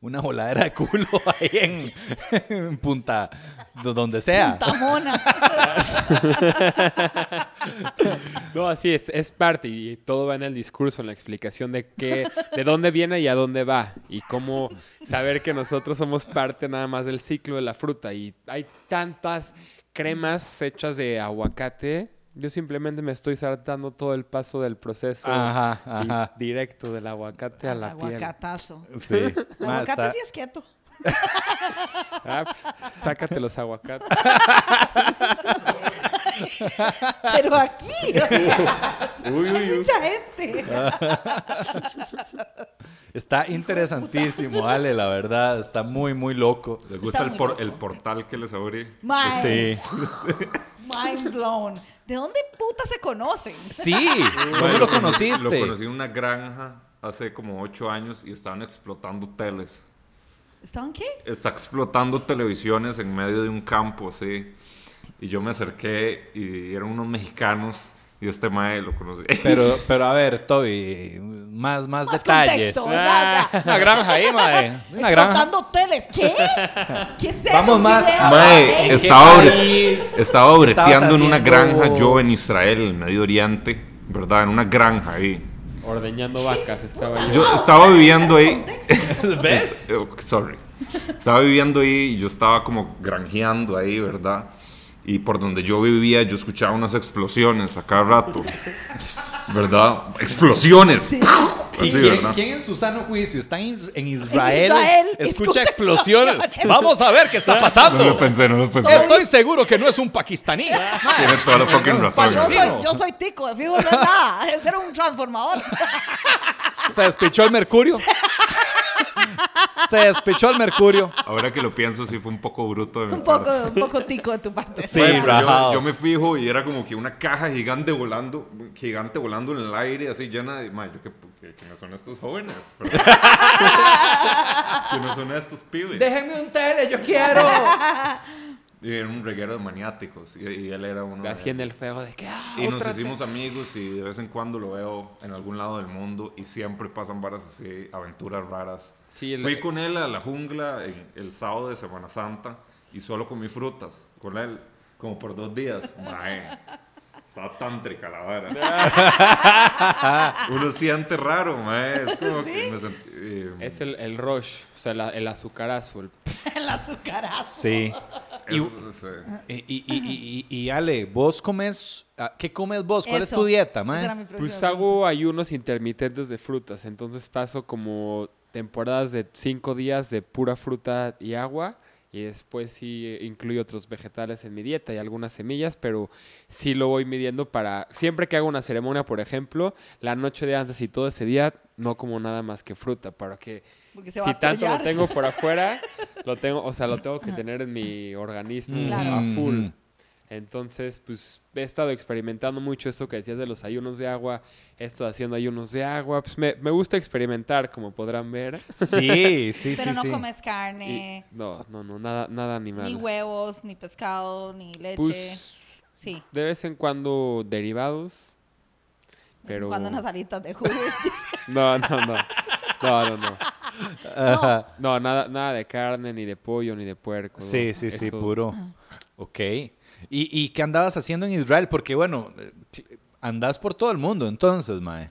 Speaker 1: una voladera de culo ahí en, en Punta, do- donde sea.
Speaker 2: Tamona.
Speaker 5: No, así es, es parte y todo va en el discurso, en la explicación de qué, de dónde viene y a dónde va y cómo saber que nosotros somos parte nada más del ciclo de la fruta y hay tantas cremas hechas de aguacate. Yo simplemente me estoy saltando todo el paso del proceso
Speaker 1: Ajá,
Speaker 5: di-
Speaker 1: ajá.
Speaker 5: directo del aguacate a la piel.
Speaker 2: Aguacatazo.
Speaker 1: Sí. Ma,
Speaker 2: Aguacate
Speaker 1: está-
Speaker 2: sí es quieto.
Speaker 5: Ah, pues, sácate los aguacates.
Speaker 2: Pero aquí.
Speaker 5: Uy,
Speaker 2: Hay
Speaker 5: uy, uy.
Speaker 2: mucha gente.
Speaker 1: está interesantísimo, Ale, la verdad. Está muy, muy loco.
Speaker 3: ¿Les gusta
Speaker 2: muy
Speaker 3: el, por-
Speaker 2: loco.
Speaker 3: el portal que les abrí?
Speaker 2: Mae.
Speaker 1: Sí.
Speaker 2: Mind blown. ¿De dónde puta se conocen?
Speaker 1: Sí. ¿Dónde
Speaker 3: Bueno,
Speaker 1: lo conociste?
Speaker 3: Lo conocí en una granja hace como ocho años y estaban explotando teles.
Speaker 2: ¿Estaban qué?
Speaker 3: Está explotando televisiones en medio de un campo, así. Y yo me acerqué y eran unos mexicanos y este mae lo conocí.
Speaker 1: Pero, pero a ver, Toby, más, más,
Speaker 2: Más
Speaker 1: detalles.
Speaker 2: contexto, ¿verdad?
Speaker 1: Ah, una granja ahí, mae. Una granja.
Speaker 2: Explotando hoteles. ¿Qué? ¿Qué es eso?
Speaker 1: Vamos
Speaker 2: ¿Un
Speaker 1: más-
Speaker 2: video?
Speaker 3: Mae,
Speaker 2: ¿Eh?
Speaker 3: estaba, bre-
Speaker 1: país?
Speaker 3: estaba breteando en una
Speaker 1: haciendo?
Speaker 3: granja yo en Israel, en Medio Oriente, ¿verdad? En una granja ahí.
Speaker 5: Ordeñando vacas estaba yo.
Speaker 3: Yo
Speaker 1: Ah,
Speaker 3: estaba viviendo ahí.
Speaker 2: Contexto.
Speaker 1: ¿Ves?
Speaker 3: Oh, Eh, ok, Sorry. Estaba viviendo ahí y yo estaba como granjeando ahí, ¿verdad? Y por donde yo vivía, yo escuchaba unas explosiones a cada rato. ¿Verdad? Explosiones. Así,
Speaker 1: Sí, ¿quién,
Speaker 3: Pues ¿verdad?
Speaker 1: quién en su sano juicio está en, en Israel,
Speaker 2: Israel,
Speaker 1: escucha
Speaker 2: escucha
Speaker 1: explosiones?
Speaker 2: explosiones.
Speaker 1: Vamos a ver qué está
Speaker 3: No lo
Speaker 1: pasando.
Speaker 3: pensé, no lo pensé.
Speaker 1: Estoy seguro que no es un pakistaní.
Speaker 3: Tiene toda la fucking razón.
Speaker 2: Yo
Speaker 1: Palestino.
Speaker 3: ¿verdad?
Speaker 2: soy, yo soy tico, de fijo no es nada. Ese era un transformador.
Speaker 1: Se despichó el mercurio. Se despichó el mercurio.
Speaker 3: Ahora que lo pienso, sí fue un poco bruto. de mi
Speaker 2: Un
Speaker 3: parte.
Speaker 2: poco, un poco tico de tu parte.
Speaker 1: Sí,
Speaker 3: Bueno, pero
Speaker 1: rajado.
Speaker 3: yo, yo me fijo y era como que una caja gigante volando, gigante volando en el aire, así llena de. "Ma, yo ¿qué, qué- quiénes son estos jóvenes? Pero- ¿Quiénes son estos pibes?
Speaker 1: Déjenme un tele, yo quiero.
Speaker 3: Y era un reguero de maniáticos y, y él era uno. de-
Speaker 5: Así en el feo de que. "Ah,
Speaker 3: y nos
Speaker 5: otra
Speaker 3: hicimos amigos y de vez en cuando lo veo en algún lado del mundo y siempre pasan varas así, aventuras raras.
Speaker 5: Sí, el-
Speaker 3: Fui con él a la jungla en- el sábado de Semana Santa y solo comí frutas con él, como por dos días. Mae, estaba tántrica la vara. Uno siente raro, mae. Es como que me sentí... eh,
Speaker 5: te- Es el, el rush, o sea, la- el azucarazo. el-
Speaker 2: El azucarazo.
Speaker 1: Sí.
Speaker 3: es- no sé.
Speaker 1: Y, y- y- y- y- y Ale, vos comes. ah, ¿Qué comes vos? ¿Cuál es
Speaker 2: Eso.
Speaker 1: tu dieta,
Speaker 2: Esa era
Speaker 1: man?
Speaker 2: mi próxima
Speaker 5: Pues hago ayunos intermitentes de frutas, entonces paso como temporadas de cinco días de pura fruta y agua y después sí incluyo otros vegetales en mi dieta y algunas semillas, pero sí lo voy midiendo para siempre que hago una ceremonia, por ejemplo, la noche de antes y todo ese día no como nada más que fruta para que
Speaker 2: pregunta, Porque se va
Speaker 5: si
Speaker 2: a
Speaker 5: tanto lo
Speaker 2: atollar.
Speaker 5: tengo por afuera, lo tengo, o sea, lo tengo que tener en mi organismo
Speaker 2: Claro.
Speaker 5: a full.
Speaker 1: Ujú.
Speaker 5: Entonces, pues he estado experimentando mucho esto que decías de los ayunos de agua, he estado haciendo ayunos de agua, pues me, me gusta experimentar, como podrán ver.
Speaker 1: Sí, sí,
Speaker 2: Pero
Speaker 1: sí.
Speaker 2: no
Speaker 1: sí.
Speaker 2: comes
Speaker 5: Y-
Speaker 2: carne,
Speaker 5: no, no, no, nada, nada animal.
Speaker 2: ni huevos, ni pescado, ni leche.
Speaker 5: Pues
Speaker 2: sí.
Speaker 5: de vez en cuando derivados, pero...
Speaker 2: Pero... Cuando unas alitas de jugo.
Speaker 5: No, no, no. No, no, no.
Speaker 1: Ajá.
Speaker 5: No, nada, nada de carne, ni de pollo, ni de puerco.
Speaker 1: Sí, sí, sí,
Speaker 5: Eso-
Speaker 1: puro.
Speaker 2: Ah.
Speaker 1: Ok. ¿Y, ¿Y qué andabas haciendo en Israel? Porque, bueno, eh, andás por todo el mundo entonces, mae.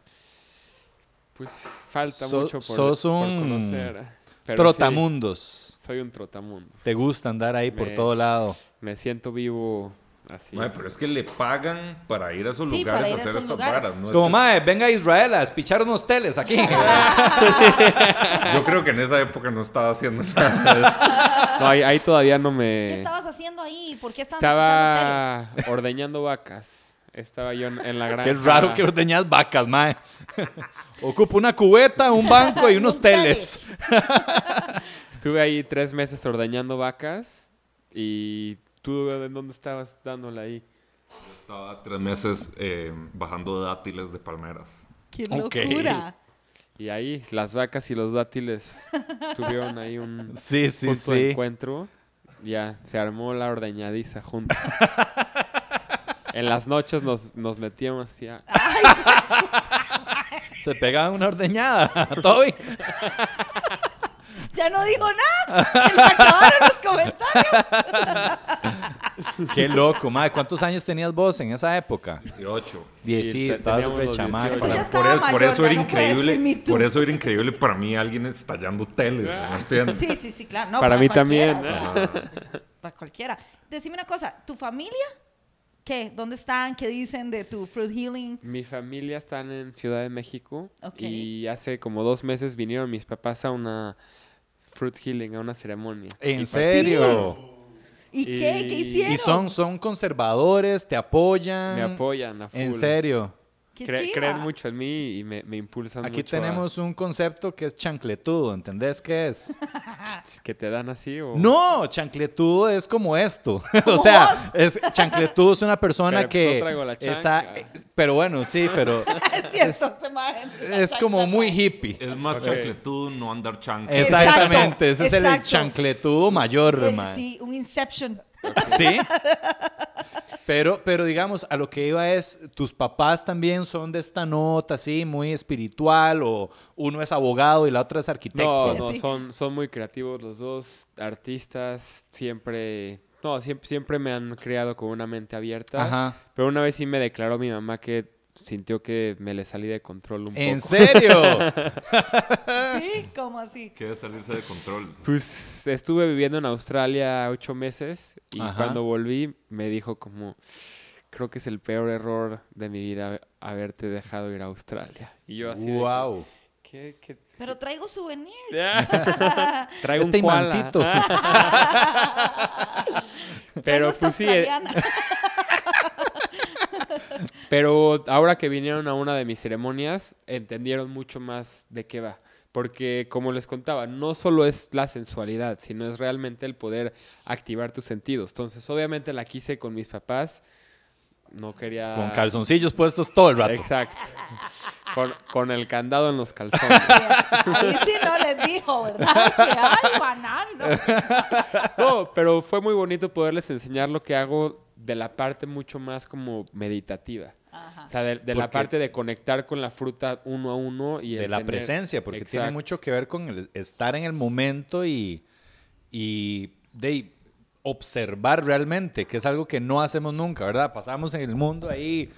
Speaker 5: Pues falta
Speaker 1: So-
Speaker 5: mucho por,
Speaker 1: sos
Speaker 5: por
Speaker 1: un
Speaker 5: conocer. Pero
Speaker 1: Trotamundos.
Speaker 5: sí, soy un trotamundos.
Speaker 1: Te gusta andar ahí por
Speaker 5: Me-
Speaker 1: todo lado.
Speaker 5: Me siento vivo así.
Speaker 3: Mae,
Speaker 5: es.
Speaker 3: pero es que le pagan para ir a esos
Speaker 2: Sí,
Speaker 3: lugares
Speaker 2: para
Speaker 3: a
Speaker 2: ir a
Speaker 3: hacer
Speaker 2: esos
Speaker 3: estas
Speaker 2: lugares.
Speaker 3: varas. ¿no?
Speaker 1: Es
Speaker 3: Es
Speaker 1: como,
Speaker 3: que-
Speaker 1: mae, venga a Israel a espichar unos teles aquí.
Speaker 3: Yo creo que en esa época no estaba haciendo nada. de eso.
Speaker 5: No, ahí, ahí todavía no
Speaker 2: ¿Qué
Speaker 5: me...
Speaker 2: estabas haciendo ahí? ¿Por qué estaban escuchando
Speaker 5: Eh, Estaba ordeñando vacas. Estaba yo en, en la granja.
Speaker 1: Qué raro que ordeñas vacas, mae. Ocupa una cubeta, un banco y unos
Speaker 2: Un tele.
Speaker 1: teles.
Speaker 5: Estuve ahí tres meses ordeñando vacas y tú en dónde estabas dándole ahí.
Speaker 3: Yo estaba tres meses eh, bajando dátiles de palmeras.
Speaker 2: teles? ¡Qué
Speaker 1: Ok.
Speaker 2: locura!
Speaker 5: Y ahí las vacas y los dátiles tuvieron ahí un
Speaker 1: Sí, sí,
Speaker 5: punto de
Speaker 1: sí.
Speaker 5: encuentro. Ya, se armó la ordeñadiza juntos. en las noches nos, nos metíamos así a-
Speaker 1: Se pegaba una ordeñada, Toby.
Speaker 2: Ya no dijo nada. Se le acabaron los comentarios.
Speaker 1: Qué loco, mae. ¿Cuántos años tenías vos en esa época?
Speaker 3: 18.
Speaker 1: Diez, sí,
Speaker 5: te-
Speaker 1: estabas
Speaker 5: teníamos
Speaker 1: re
Speaker 5: los
Speaker 1: chamaco.
Speaker 5: 18.
Speaker 2: Ya
Speaker 3: por,
Speaker 2: estaba
Speaker 3: e- por
Speaker 2: mayor,
Speaker 3: eso
Speaker 2: ya
Speaker 3: era
Speaker 2: no puede decir Me
Speaker 3: increíble.
Speaker 2: Too. Ah.
Speaker 3: Por eso era increíble para mí alguien estallando teles. ¿Me entiendes?
Speaker 2: Sí, sí, sí, claro. No,
Speaker 5: Para mí
Speaker 2: cualquiera,
Speaker 5: también.
Speaker 2: o sea,
Speaker 3: Ah,
Speaker 2: para cualquiera. Decime una cosa. ¿Tu familia? ¿Qué? ¿Dónde están? ¿Qué dicen de tu fruit healing?
Speaker 5: Mi familia está en Ciudad de México
Speaker 2: Ok.
Speaker 5: y hace como dos meses vinieron mis papás a una fruit healing, a una ceremonia.
Speaker 1: ¿En serio?
Speaker 2: ¿Y, qué? ¿Qué
Speaker 5: Y-
Speaker 2: hicieron?
Speaker 1: pues, Y son, son conservadores, te apoyan.
Speaker 5: Me apoyan a full.
Speaker 1: Ah, En serio.
Speaker 2: ¡Qué
Speaker 5: Cre-
Speaker 2: chiva!
Speaker 5: creen mucho en mí y me, me impulsan
Speaker 1: Aquí
Speaker 5: mucho a-
Speaker 1: tenemos un concepto que es chancletudo, ¿entendés qué es?
Speaker 2: Ah.
Speaker 5: que te dan así o...
Speaker 1: No, chancletudo es como esto. o
Speaker 2: ¿Cómo
Speaker 1: sea,
Speaker 2: vos?
Speaker 1: es, chancletudo es una persona
Speaker 5: Pero, pues, no
Speaker 1: que...
Speaker 5: traigo la
Speaker 1: esa-
Speaker 5: chancla.
Speaker 1: pero bueno, sí, pero
Speaker 2: Es cierto, este man.
Speaker 1: es como muy hippie.
Speaker 3: Es más
Speaker 5: Ok.
Speaker 3: chancletud no andar chancla.
Speaker 2: Es-
Speaker 1: Exactamente, ese es el
Speaker 2: exacto.
Speaker 1: chancletudo mayor,
Speaker 2: Eh,
Speaker 1: man.
Speaker 2: Sí, un inception.
Speaker 1: Sí. Pero, pero digamos, a lo que iba es, tus papás también son de esta nota, así, muy espiritual, o uno es abogado y la otra es
Speaker 5: No,
Speaker 1: arquitecto.
Speaker 5: no,
Speaker 2: Sí.
Speaker 5: son, son muy creativos los dos, artistas, siempre... No, siempre, siempre me han creado con una mente abierta.
Speaker 1: Ajá.
Speaker 5: Pero una vez sí me declaró mi mamá que sintió que me le salí de control un
Speaker 1: ¿En
Speaker 5: poco.
Speaker 1: serio?
Speaker 2: Sí, como así.
Speaker 3: Queda salirse de control.
Speaker 5: Pues estuve viviendo en Australia ocho meses y
Speaker 1: Ajá.
Speaker 5: cuando volví me dijo como, creo que es el peor error de mi vida haberte dejado ir a Australia. Y yo así... de que,
Speaker 1: wow.
Speaker 5: ¿Qué, qué?
Speaker 2: Pero traigo souvenirs.
Speaker 5: Traigo
Speaker 1: Este
Speaker 5: un koala. Ah.
Speaker 1: imancito.
Speaker 5: Pero
Speaker 2: Traigo esta
Speaker 5: pues sí, eh,
Speaker 2: australiana.
Speaker 5: Pero ahora que vinieron a una de mis ceremonias, entendieron mucho más de qué va. Porque, como les contaba, no solo es la sensualidad, sino es realmente el poder activar tus sentidos. Entonces, obviamente la quise con mis papás. No quería...
Speaker 1: Con calzoncillos puestos todo el rato.
Speaker 5: Exacto. Con, con el candado en los calzones.
Speaker 2: Ahí sí no les dijo, ¿verdad? Que ay, banal, ¿no?
Speaker 5: No, pero fue muy bonito poderles enseñar lo que hago de la parte mucho más como meditativa.
Speaker 2: Ajá.
Speaker 5: O sea, de, de la
Speaker 1: Porque-
Speaker 5: parte de conectar con la fruta uno a uno y
Speaker 1: de la
Speaker 5: entender-
Speaker 1: presencia, porque tiene
Speaker 5: Exacto.
Speaker 1: mucho que ver con el estar en el momento y, y de observar realmente, que es algo que no hacemos nunca, ¿verdad? Pasamos en el mundo ahí.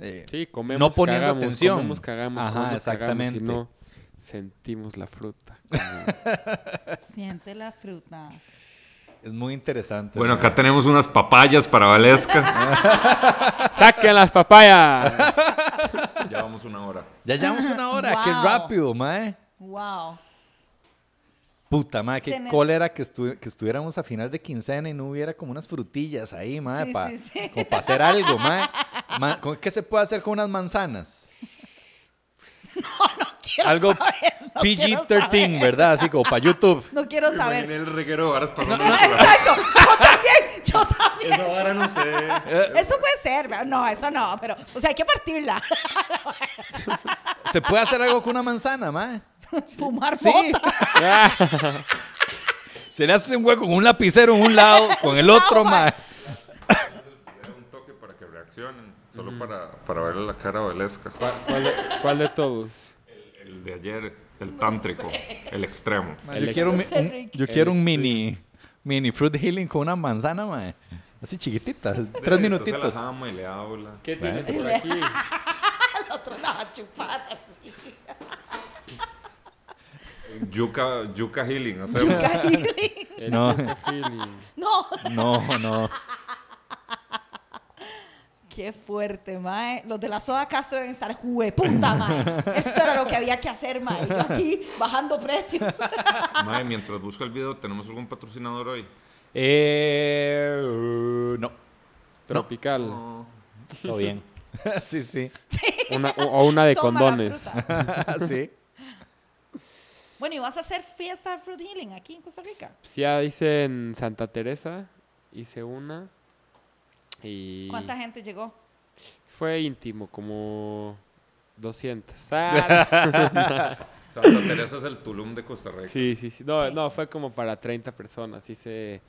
Speaker 1: eh,
Speaker 5: Sí, comemos,
Speaker 1: No poniendo
Speaker 5: cagamos,
Speaker 1: atención.
Speaker 5: Comemos, cagamos,
Speaker 1: Ajá,
Speaker 5: comemos,
Speaker 1: exactamente.
Speaker 5: Cagamos, y no sentimos la fruta. como-
Speaker 2: Siente la fruta.
Speaker 1: Es muy interesante.
Speaker 3: Bueno,
Speaker 1: ¿verdad?
Speaker 3: acá tenemos unas papayas para Valesca.
Speaker 5: ¡Saquen las papayas!
Speaker 3: ya vamos una hora.
Speaker 1: Ya llevamos una hora, qué
Speaker 2: Wow.
Speaker 1: rápido, mae.
Speaker 2: Wow.
Speaker 1: Puta, mae, qué
Speaker 2: Tenés-
Speaker 1: cólera que, estu- que estuviéramos a final de quincena y no hubiera como unas frutillas ahí, mae,
Speaker 2: Sí,
Speaker 1: pa-
Speaker 2: sí, sí.
Speaker 1: como para hacer algo, mae. Ma- ¿con- ¿Qué se puede hacer con unas manzanas?
Speaker 2: Quiero
Speaker 1: algo
Speaker 2: saber, no quiero saber.
Speaker 1: PG-13, ¿verdad? Así como para YouTube.
Speaker 2: No quiero saber.
Speaker 3: el reguero, ahora es pasando
Speaker 2: Exacto. Yo también. Yo también.
Speaker 3: Eso ahora no sé.
Speaker 2: Eso puede ser. ¿verdad? No, eso no. Pero, o sea, hay que partirla.
Speaker 1: ¿Se puede hacer algo con una manzana, mae?
Speaker 2: Fumar
Speaker 1: Sí.
Speaker 2: mota.
Speaker 1: Se le hace un hueco con un lapicero en un lado, con el otro, mae.
Speaker 3: Un toque para que reaccionen, solo para, para verle la cara a Valesca.
Speaker 5: ¿Cuál de, cuál de todos?
Speaker 3: El de ayer, el tántrico, el extremo.
Speaker 1: Ma,
Speaker 5: El
Speaker 1: Yo quiero, un,
Speaker 2: extremo.
Speaker 1: un-
Speaker 2: Rico.
Speaker 1: yo quiero un mini, mini fruit healing con una manzana, mae. Así chiquitita, tres
Speaker 3: Usted se
Speaker 1: minutitos.
Speaker 3: las ama y le habla.
Speaker 5: ¿Qué
Speaker 1: Bueno.
Speaker 5: tiene por aquí?
Speaker 2: Al otro lado a chupar. así.
Speaker 3: Yuca, yuca healing, o sea,
Speaker 2: Yuca healing.
Speaker 5: El
Speaker 1: No.
Speaker 5: perejil y-
Speaker 2: No.
Speaker 1: No, no.
Speaker 2: Qué fuerte, mae. Los de la soda Castro deben estar jueputa, mae. Esto era lo que había que hacer, mae. Yo aquí bajando precios.
Speaker 3: Mae, mientras busco el video, ¿tenemos algún patrocinador hoy?
Speaker 1: Eh, uh, no,
Speaker 5: tropical.
Speaker 3: No.
Speaker 1: todo bien. sí, sí.
Speaker 5: Una, o, o una de
Speaker 2: Toma la
Speaker 5: condones.
Speaker 2: fruta.
Speaker 1: sí.
Speaker 2: Bueno, ¿y vas a hacer fiesta de Fruit Healing aquí en Costa Rica?
Speaker 5: Pues ya hice en Santa Teresa, hice una. Y
Speaker 2: ¿Cuánta gente llegó?
Speaker 5: fue íntimo, como 200. Ah,
Speaker 3: Santa Teresa es el Tulum de Costa Rica.
Speaker 5: Sí, sí, sí. No,
Speaker 2: Sí.
Speaker 5: no, fue como para 30 personas. Hice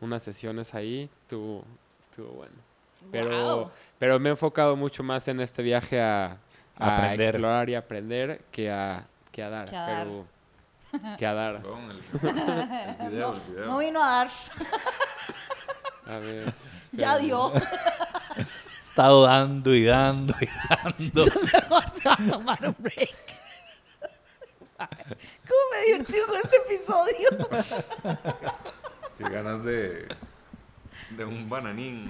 Speaker 5: unas sesiones ahí. Estuvo, estuvo bueno. Pero,
Speaker 2: Wow.
Speaker 5: pero me he enfocado mucho más en este viaje a, a
Speaker 1: Aprender.
Speaker 5: explorar y aprender que a, que a dar.
Speaker 2: Que a dar.
Speaker 5: pero- que a dar.
Speaker 3: Perdón, el, el video, el video.
Speaker 2: No vino a dar,
Speaker 5: A ver.
Speaker 2: ya
Speaker 5: espérame.
Speaker 2: dio.
Speaker 1: He estado dando y dando y dando.
Speaker 2: Mejor se va a tomar un break. ¿Cómo me divertí con este episodio?
Speaker 3: Qué ganas de, de un bananín.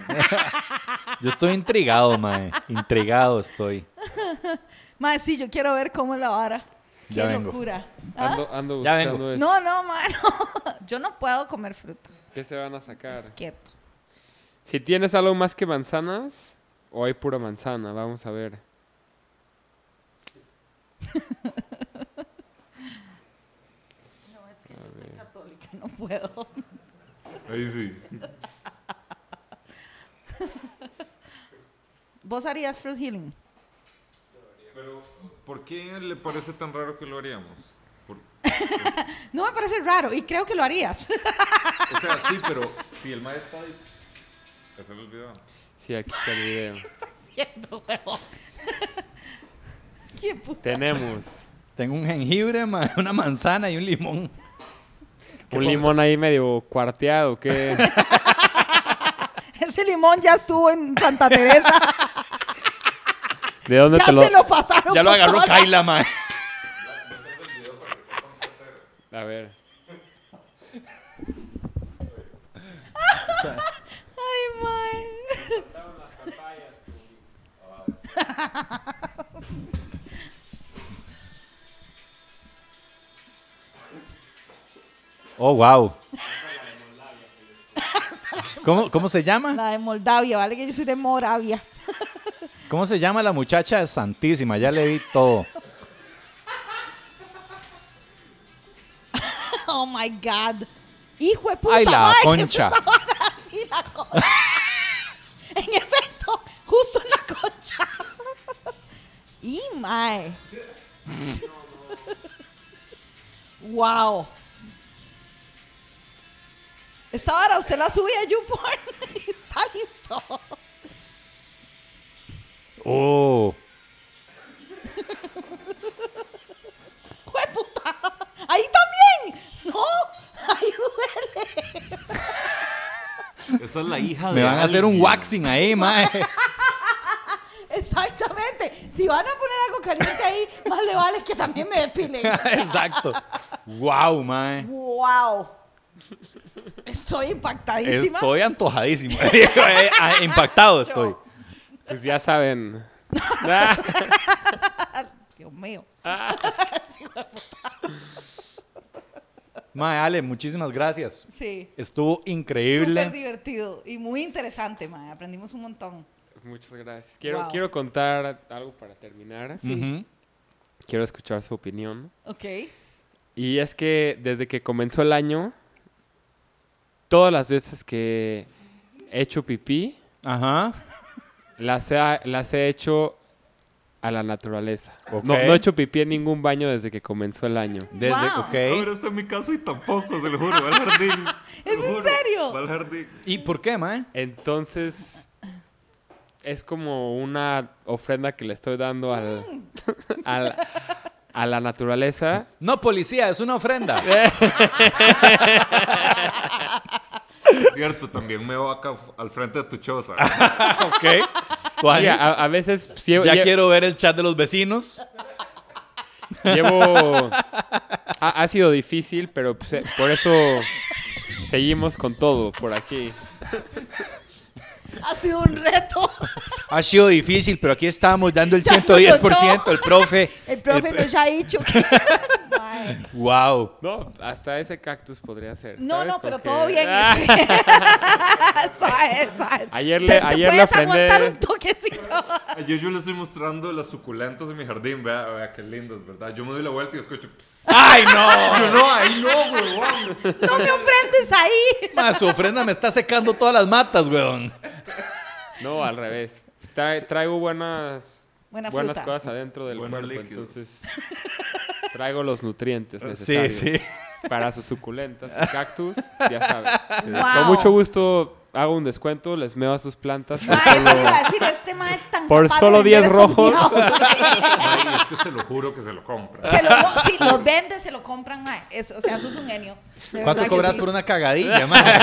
Speaker 1: Yo estoy intrigado, mae. Intrigado estoy.
Speaker 2: Mae, sí, yo quiero ver cómo es la vara. Qué
Speaker 1: Ya vengo. Pues
Speaker 2: locura. ¿Ah?
Speaker 5: Ando, ando
Speaker 1: Ya vengo.
Speaker 5: buscando eso.
Speaker 2: No, no, mae, no. Yo no puedo comer fruta.
Speaker 5: ¿Qué se van a sacar?
Speaker 2: Es quieto.
Speaker 5: Si tienes algo más que manzanas, o hay pura manzana, vamos a ver.
Speaker 2: No, es que yo soy católica, no puedo.
Speaker 3: Ahí sí.
Speaker 2: ¿Vos harías fruit healing?
Speaker 3: Pero, ¿por qué le parece tan raro que lo haríamos? Por-
Speaker 2: No me parece raro y creo que lo harías.
Speaker 3: o sea, sí, pero si el maestro está... dis- Ese es el video.
Speaker 5: Sí, aquí está el video.
Speaker 2: Siento, huevón. Qué puta.
Speaker 5: Tenemos
Speaker 1: Tengo un jengibre, mae, una manzana y un limón.
Speaker 5: un limón ahí medio cuarteado, que...
Speaker 2: Ese limón ya estuvo en Santa Teresa.
Speaker 5: ¿De dónde
Speaker 2: ya
Speaker 5: te lo.?
Speaker 2: se lo pasaron.
Speaker 5: Ya lo
Speaker 2: por
Speaker 5: agarró
Speaker 2: todas
Speaker 5: Kaila, mae. A ver.
Speaker 2: Ay, mae.
Speaker 1: Oh, wow. ¿Cómo, cómo se llama?
Speaker 2: La de Moldavia, vale que yo soy de Moravia.
Speaker 1: ¿Cómo se llama la muchacha santísima? Ya le vi todo.
Speaker 2: Oh my God. Hijo de puta.
Speaker 1: Ay, la
Speaker 2: mae,
Speaker 1: concha.
Speaker 2: esa vara así, la concha. en efecto, justo en la concha. y mae. wow. Esta vara usted la sube a YouPorn y está listo.
Speaker 1: Oh.
Speaker 2: ¡Jueputa! ¡Ahí también! ¡No! ¡Ahí duele!
Speaker 6: Esa es la hija de
Speaker 1: Me van a hacer un
Speaker 6: alguien.
Speaker 1: waxing ahí, mae.
Speaker 2: Exactamente. Si van a poner algo caliente ahí, más le vale que también me depilen.
Speaker 1: Exacto. Wow, mae.
Speaker 2: ¡Wow! Estoy impactadísima.
Speaker 1: Estoy antojadísimo. Eh, Impactado estoy.
Speaker 5: Pues ya saben.
Speaker 2: Dios mío.
Speaker 1: Mae, Ale, muchísimas gracias.
Speaker 2: Sí.
Speaker 1: Estuvo
Speaker 2: Súper
Speaker 1: increíble.
Speaker 2: divertido y muy interesante, mae. Aprendimos un montón.
Speaker 5: Muchas gracias. Quiero,
Speaker 2: Wow.
Speaker 5: quiero contar algo para terminar. Mm.
Speaker 2: Sí.
Speaker 1: Ujú.
Speaker 5: Quiero escuchar su opinión.
Speaker 2: Ok.
Speaker 5: Y es que desde que comenzó el año, todas las veces que he hecho pipí,
Speaker 1: Ajá.
Speaker 5: las he, las he hecho a la naturaleza.
Speaker 1: Ok.
Speaker 5: No, no he hecho pipí en ningún baño desde que comenzó el año.
Speaker 1: Desde,
Speaker 2: Wow.
Speaker 1: ok.
Speaker 6: Ahora está en mi casa y tampoco, se lo juro, va al jardín. se
Speaker 2: ¿Es
Speaker 6: lo
Speaker 2: en
Speaker 6: juro,
Speaker 2: serio?
Speaker 6: Va al jardín.
Speaker 1: ¿Y por qué, mae?
Speaker 5: Entonces, es como una ofrenda que le estoy dando al, al- a la naturaleza.
Speaker 1: No, policía, es una ofrenda.
Speaker 3: Cierto, también me va acá al frente de tu choza.
Speaker 1: Ok.
Speaker 5: Sí, a, a veces sí, lle-
Speaker 1: Ya quiero ver el chat de los vecinos.
Speaker 5: llevo... Ha, ha sido difícil, pero pues, eh, por eso seguimos con todo por aquí.
Speaker 2: Ha sido un reto.
Speaker 1: Ha sido difícil, pero aquí estamos dando el
Speaker 2: Ya nos
Speaker 1: 110%. El profe. Eh,
Speaker 2: El profe nos ha dicho que. Mae.
Speaker 1: Wow.
Speaker 5: No, hasta ese cactus podría ser.
Speaker 2: No,
Speaker 5: ¿sabes?
Speaker 2: no, pero
Speaker 5: Porque-
Speaker 2: todo bien.
Speaker 5: Ah,
Speaker 2: este. Suave, suave.
Speaker 5: Ayer
Speaker 2: Te-
Speaker 5: le-
Speaker 2: te
Speaker 5: ayer le
Speaker 2: puedes aguantar
Speaker 5: ofrendé-
Speaker 2: un toquecito.
Speaker 3: Ayer yo le estoy mostrando las suculentas en mi jardín, vea, vea qué lindas, ¿verdad? Yo me doy la vuelta y escucho. "Ps".
Speaker 1: ¡Ay, no!
Speaker 3: Yo, no, ahí no, huevón.
Speaker 2: No me ofrendes ahí.
Speaker 1: Ma, su ofrenda me está secando todas las matas, weón.
Speaker 5: no, al revés. Tra- traigo buenas,
Speaker 2: Buena
Speaker 5: buenas
Speaker 2: fruta.
Speaker 5: cosas adentro del
Speaker 3: Buenos
Speaker 5: cuerpo,
Speaker 3: líquidos.
Speaker 5: entonces traigo los nutrientes
Speaker 1: Sí,
Speaker 5: necesarios.
Speaker 1: sí.
Speaker 5: para sus suculentas y cactus, ya saben.
Speaker 2: Wow.
Speaker 5: Con mucho gusto hago un descuento, les meo a sus plantas.
Speaker 2: Ma,
Speaker 5: por
Speaker 2: eso le
Speaker 5: solo-
Speaker 2: iba a decir, este ma es tan
Speaker 5: Por
Speaker 2: capaz de
Speaker 5: solo
Speaker 2: vender
Speaker 5: 10
Speaker 2: esos
Speaker 5: rojos.
Speaker 2: diablos.
Speaker 3: Ay, es que se lo juro que se lo compra.
Speaker 2: Se lo, si los vende, se lo compran, ma. Es- o sea, eso es un genio. De verdad
Speaker 1: ¿Cuánto
Speaker 2: que
Speaker 1: cobras
Speaker 2: sí.
Speaker 1: por una cagadilla, man?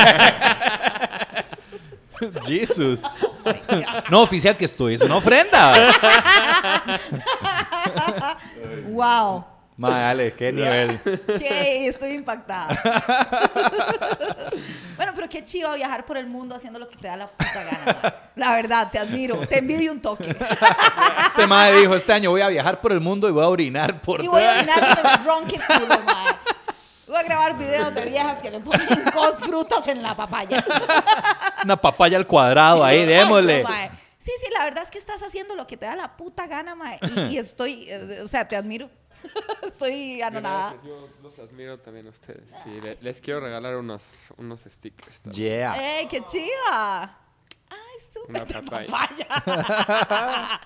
Speaker 1: Jesus. No, oficial, que esto es una ofrenda.
Speaker 2: Wow.
Speaker 1: Ma, Ale, qué nivel.
Speaker 2: Qué, estoy impactada. bueno, pero qué chido viajar por el mundo haciendo lo que te da la puta gana. ma. La verdad, te admiro. Te envidio un toque.
Speaker 1: Este madre dijo, este año voy a viajar por el mundo y voy a orinar por...
Speaker 2: Y voy a orinar donde me ronque el culo, mae. Voy a grabar videos de viejas que le ponen dos frutas en la papaya.
Speaker 1: Una papaya al cuadrado Ah, ahí,
Speaker 2: Exacto,
Speaker 1: démosle.
Speaker 2: mae. Sí, sí, la verdad es que estás haciendo lo que te da la puta gana, mae. Y, y estoy, eh, o sea, te admiro. Estoy anonada.
Speaker 5: Gracias, Yo los admiro también a ustedes. Y le- les quiero regalar unos, unos stickers. también.
Speaker 1: Yeah.
Speaker 2: ¡Ey, Eh, qué chiva! ¡Ay, súper
Speaker 5: Una
Speaker 2: de
Speaker 5: papaya.
Speaker 2: papaya!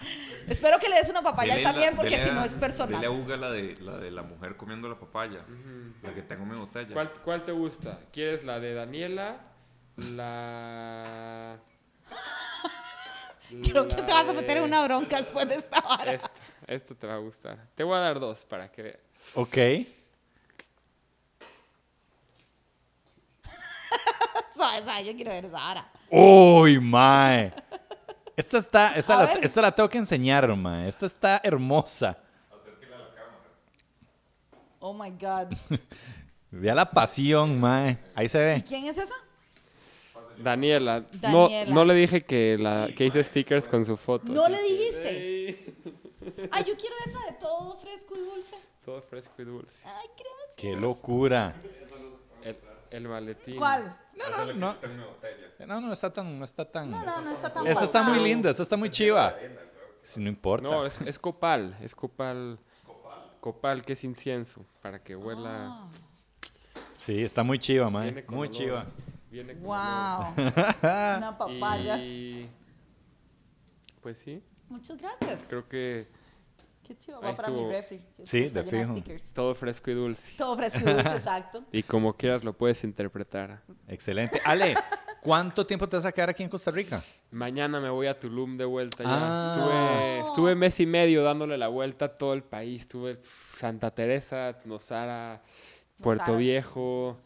Speaker 2: Espero que le des una papaya
Speaker 3: Dele la-
Speaker 2: también, porque
Speaker 3: dele
Speaker 2: si
Speaker 3: a-
Speaker 2: no es
Speaker 3: Dele a
Speaker 2: personal.
Speaker 3: Uga la de, la de la mujer comiendo la papaya. La que tengo en mi botella.
Speaker 5: ¿Cuál, ¿Cuál te gusta? ¿Quieres la de Daniela? La...
Speaker 2: Creo que
Speaker 5: la
Speaker 2: te vas a
Speaker 5: de-
Speaker 2: meter en una bronca después de esta vara.
Speaker 5: Esta, esta te va a gustar. Te voy a dar dos para que veas.
Speaker 1: Ok.
Speaker 2: Suave, suave, yo quiero ver esa vara.
Speaker 1: Uy, mae. Esta está, esta
Speaker 2: A
Speaker 1: la,
Speaker 2: ver.
Speaker 1: esta la tengo que enseñar, ma. Esta está hermosa.
Speaker 2: Oh my God.
Speaker 1: Vea la pasión, ma. Ahí se
Speaker 2: ¿Y
Speaker 1: ve.
Speaker 2: quién es esa?
Speaker 5: Daniela.
Speaker 2: Daniela.
Speaker 5: No, no le dije que, la, que hice stickers con su
Speaker 3: Pues
Speaker 5: foto.
Speaker 2: No
Speaker 5: así
Speaker 2: le
Speaker 5: que-
Speaker 2: dijiste.
Speaker 5: Ey,
Speaker 2: Ay, yo quiero esa de todo fresco y dulce.
Speaker 5: Todo fresco y dulce.
Speaker 2: Ay, gracias.
Speaker 1: Qué locura.
Speaker 5: El, el maletín.
Speaker 2: ¿Cuál?
Speaker 1: No, no, no. No, no está tan, no está tan.
Speaker 2: No, no, no está tan
Speaker 1: Esta está muy
Speaker 2: guardado.
Speaker 1: linda, esta está muy chiva. Si no importa.
Speaker 5: No, es, es copal. Es copal. Copal, que es incienso. Para que huela.
Speaker 2: Ah,
Speaker 1: Sí, está muy chiva, ma.
Speaker 5: viene con
Speaker 1: Muy
Speaker 5: olor,
Speaker 1: chiva.
Speaker 5: Viene con olor.
Speaker 2: Wow. Una papaya.
Speaker 5: Y... Pues sí,
Speaker 2: Muchas gracias.
Speaker 5: creo que
Speaker 2: Qué chido. Va
Speaker 5: Ahí
Speaker 2: para mi
Speaker 5: estuvo.
Speaker 2: refri. que
Speaker 1: Sí,
Speaker 2: está
Speaker 1: de
Speaker 2: llena
Speaker 1: fijo.
Speaker 2: stickers.
Speaker 5: todo fresco y dulce.
Speaker 2: Todo fresco y dulce, exacto.
Speaker 5: Y como quieras lo puedes interpretar.
Speaker 1: Excelente. Ale, ¿cuánto tiempo te vas a quedar aquí en Costa Rica?
Speaker 5: Mañana me voy a Tulum de vuelta. Ya.
Speaker 1: Ah.
Speaker 5: Estuve, estuve mes y medio dándole la vuelta a todo el país. Estuve pf, Santa Teresa, Nosara, Puerto
Speaker 2: Nozaras.
Speaker 5: Viejo.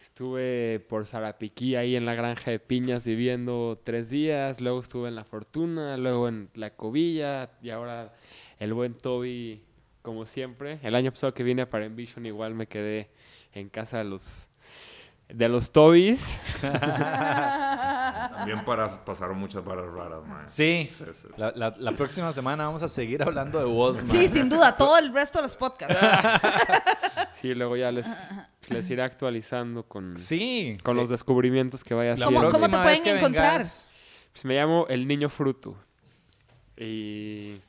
Speaker 5: Estuve por Zarapiquí, ahí en la granja de piñas viviendo tres días. Luego estuve en La Fortuna, luego en La Covilla. Y ahora el buen Toby, como siempre. El año pasado que vine para Envision igual me quedé en casa de los, de los Tobys.
Speaker 3: También para, pasaron muchas varas raras, man.
Speaker 1: Sí.
Speaker 3: Sí, sí.
Speaker 1: La, la- la próxima semana vamos a seguir hablando de vos, ma.
Speaker 2: Sí, sin duda, todo el resto de los podcasts.
Speaker 5: Sí, luego ya les, les iré actualizando con,
Speaker 1: Sí. Eh,
Speaker 5: con los descubrimientos que vaya
Speaker 1: La
Speaker 5: haciendo.
Speaker 2: ¿Cómo- cómo te
Speaker 1: próxima
Speaker 2: pueden
Speaker 1: vez que
Speaker 2: encontrar?
Speaker 1: vengas-
Speaker 5: Pues me llamo El Niño Fruto. Y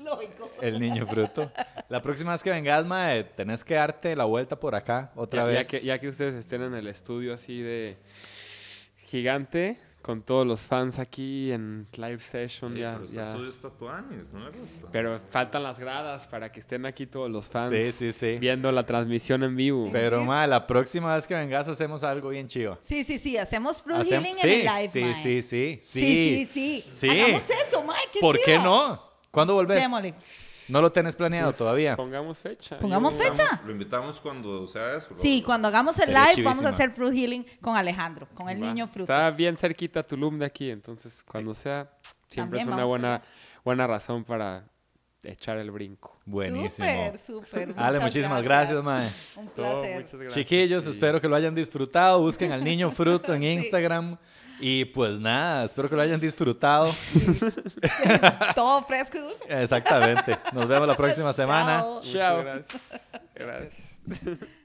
Speaker 2: Lógico.
Speaker 1: El niño fruto. La próxima vez que vengas, mae, tenés que darte la vuelta por acá otra
Speaker 5: ya, ya
Speaker 1: vez.
Speaker 5: que, ya que ustedes estén en el estudio así de gigante, con todos los fans aquí en live session,
Speaker 3: Oye,
Speaker 5: ya-
Speaker 3: pero ese
Speaker 5: ya.
Speaker 3: estudio está tuanis, no me gusta.
Speaker 5: Pero faltan las gradas para que estén aquí todos los fans
Speaker 1: Sí, sí, sí.
Speaker 5: viendo la transmisión en vivo.
Speaker 1: Pero, mae, la próxima vez que vengas hacemos algo bien chido.
Speaker 2: Sí, sí, sí. Hacemos fruit
Speaker 1: Hacem-
Speaker 2: healing
Speaker 1: sí,
Speaker 2: en el live,
Speaker 1: sí,
Speaker 2: mae.
Speaker 1: sí, sí,
Speaker 2: Sí,
Speaker 1: sí,
Speaker 2: sí, sí.
Speaker 1: Sí.
Speaker 2: Hagamos eso, Mike. Qué
Speaker 1: ¿Por
Speaker 2: chido.
Speaker 1: qué no? ¿Cuándo volvés?
Speaker 2: Démosle.
Speaker 1: No lo tenés planeado
Speaker 5: Pues,
Speaker 1: todavía.
Speaker 5: Pongamos fecha.
Speaker 2: Pongamos
Speaker 5: Yo-
Speaker 2: fecha.
Speaker 3: Invitamos- Lo invitamos cuando sea eso. bro.
Speaker 2: Sí, cuando hagamos el
Speaker 1: Sería
Speaker 2: live vamos
Speaker 1: chivísima.
Speaker 2: a hacer fruit healing con Alejandro, con el
Speaker 5: Va,
Speaker 2: niño fruto.
Speaker 5: Está bien cerquita Tulum de aquí, entonces cuando sea, siempre
Speaker 2: También
Speaker 5: es una
Speaker 2: vamos
Speaker 5: buena,
Speaker 2: allá.
Speaker 5: buena razón para echar el brinco.
Speaker 1: Buenísimo.
Speaker 2: Súper, súper.
Speaker 1: Ale,
Speaker 2: muchas
Speaker 1: muchísimas gracias,
Speaker 2: Un
Speaker 5: Todo,
Speaker 2: placer.
Speaker 5: Oh, muchas gracias,
Speaker 1: Chiquillos,
Speaker 5: sí.
Speaker 1: espero que lo hayan disfrutado. Busquen al niño fruto en
Speaker 2: Sí.
Speaker 1: Instagram. Y pues nada, espero que lo hayan disfrutado.
Speaker 2: Todo fresco y dulce.
Speaker 1: Exactamente. Nos vemos la próxima semana.
Speaker 2: Chao.
Speaker 5: Muchas Gracias. gracias.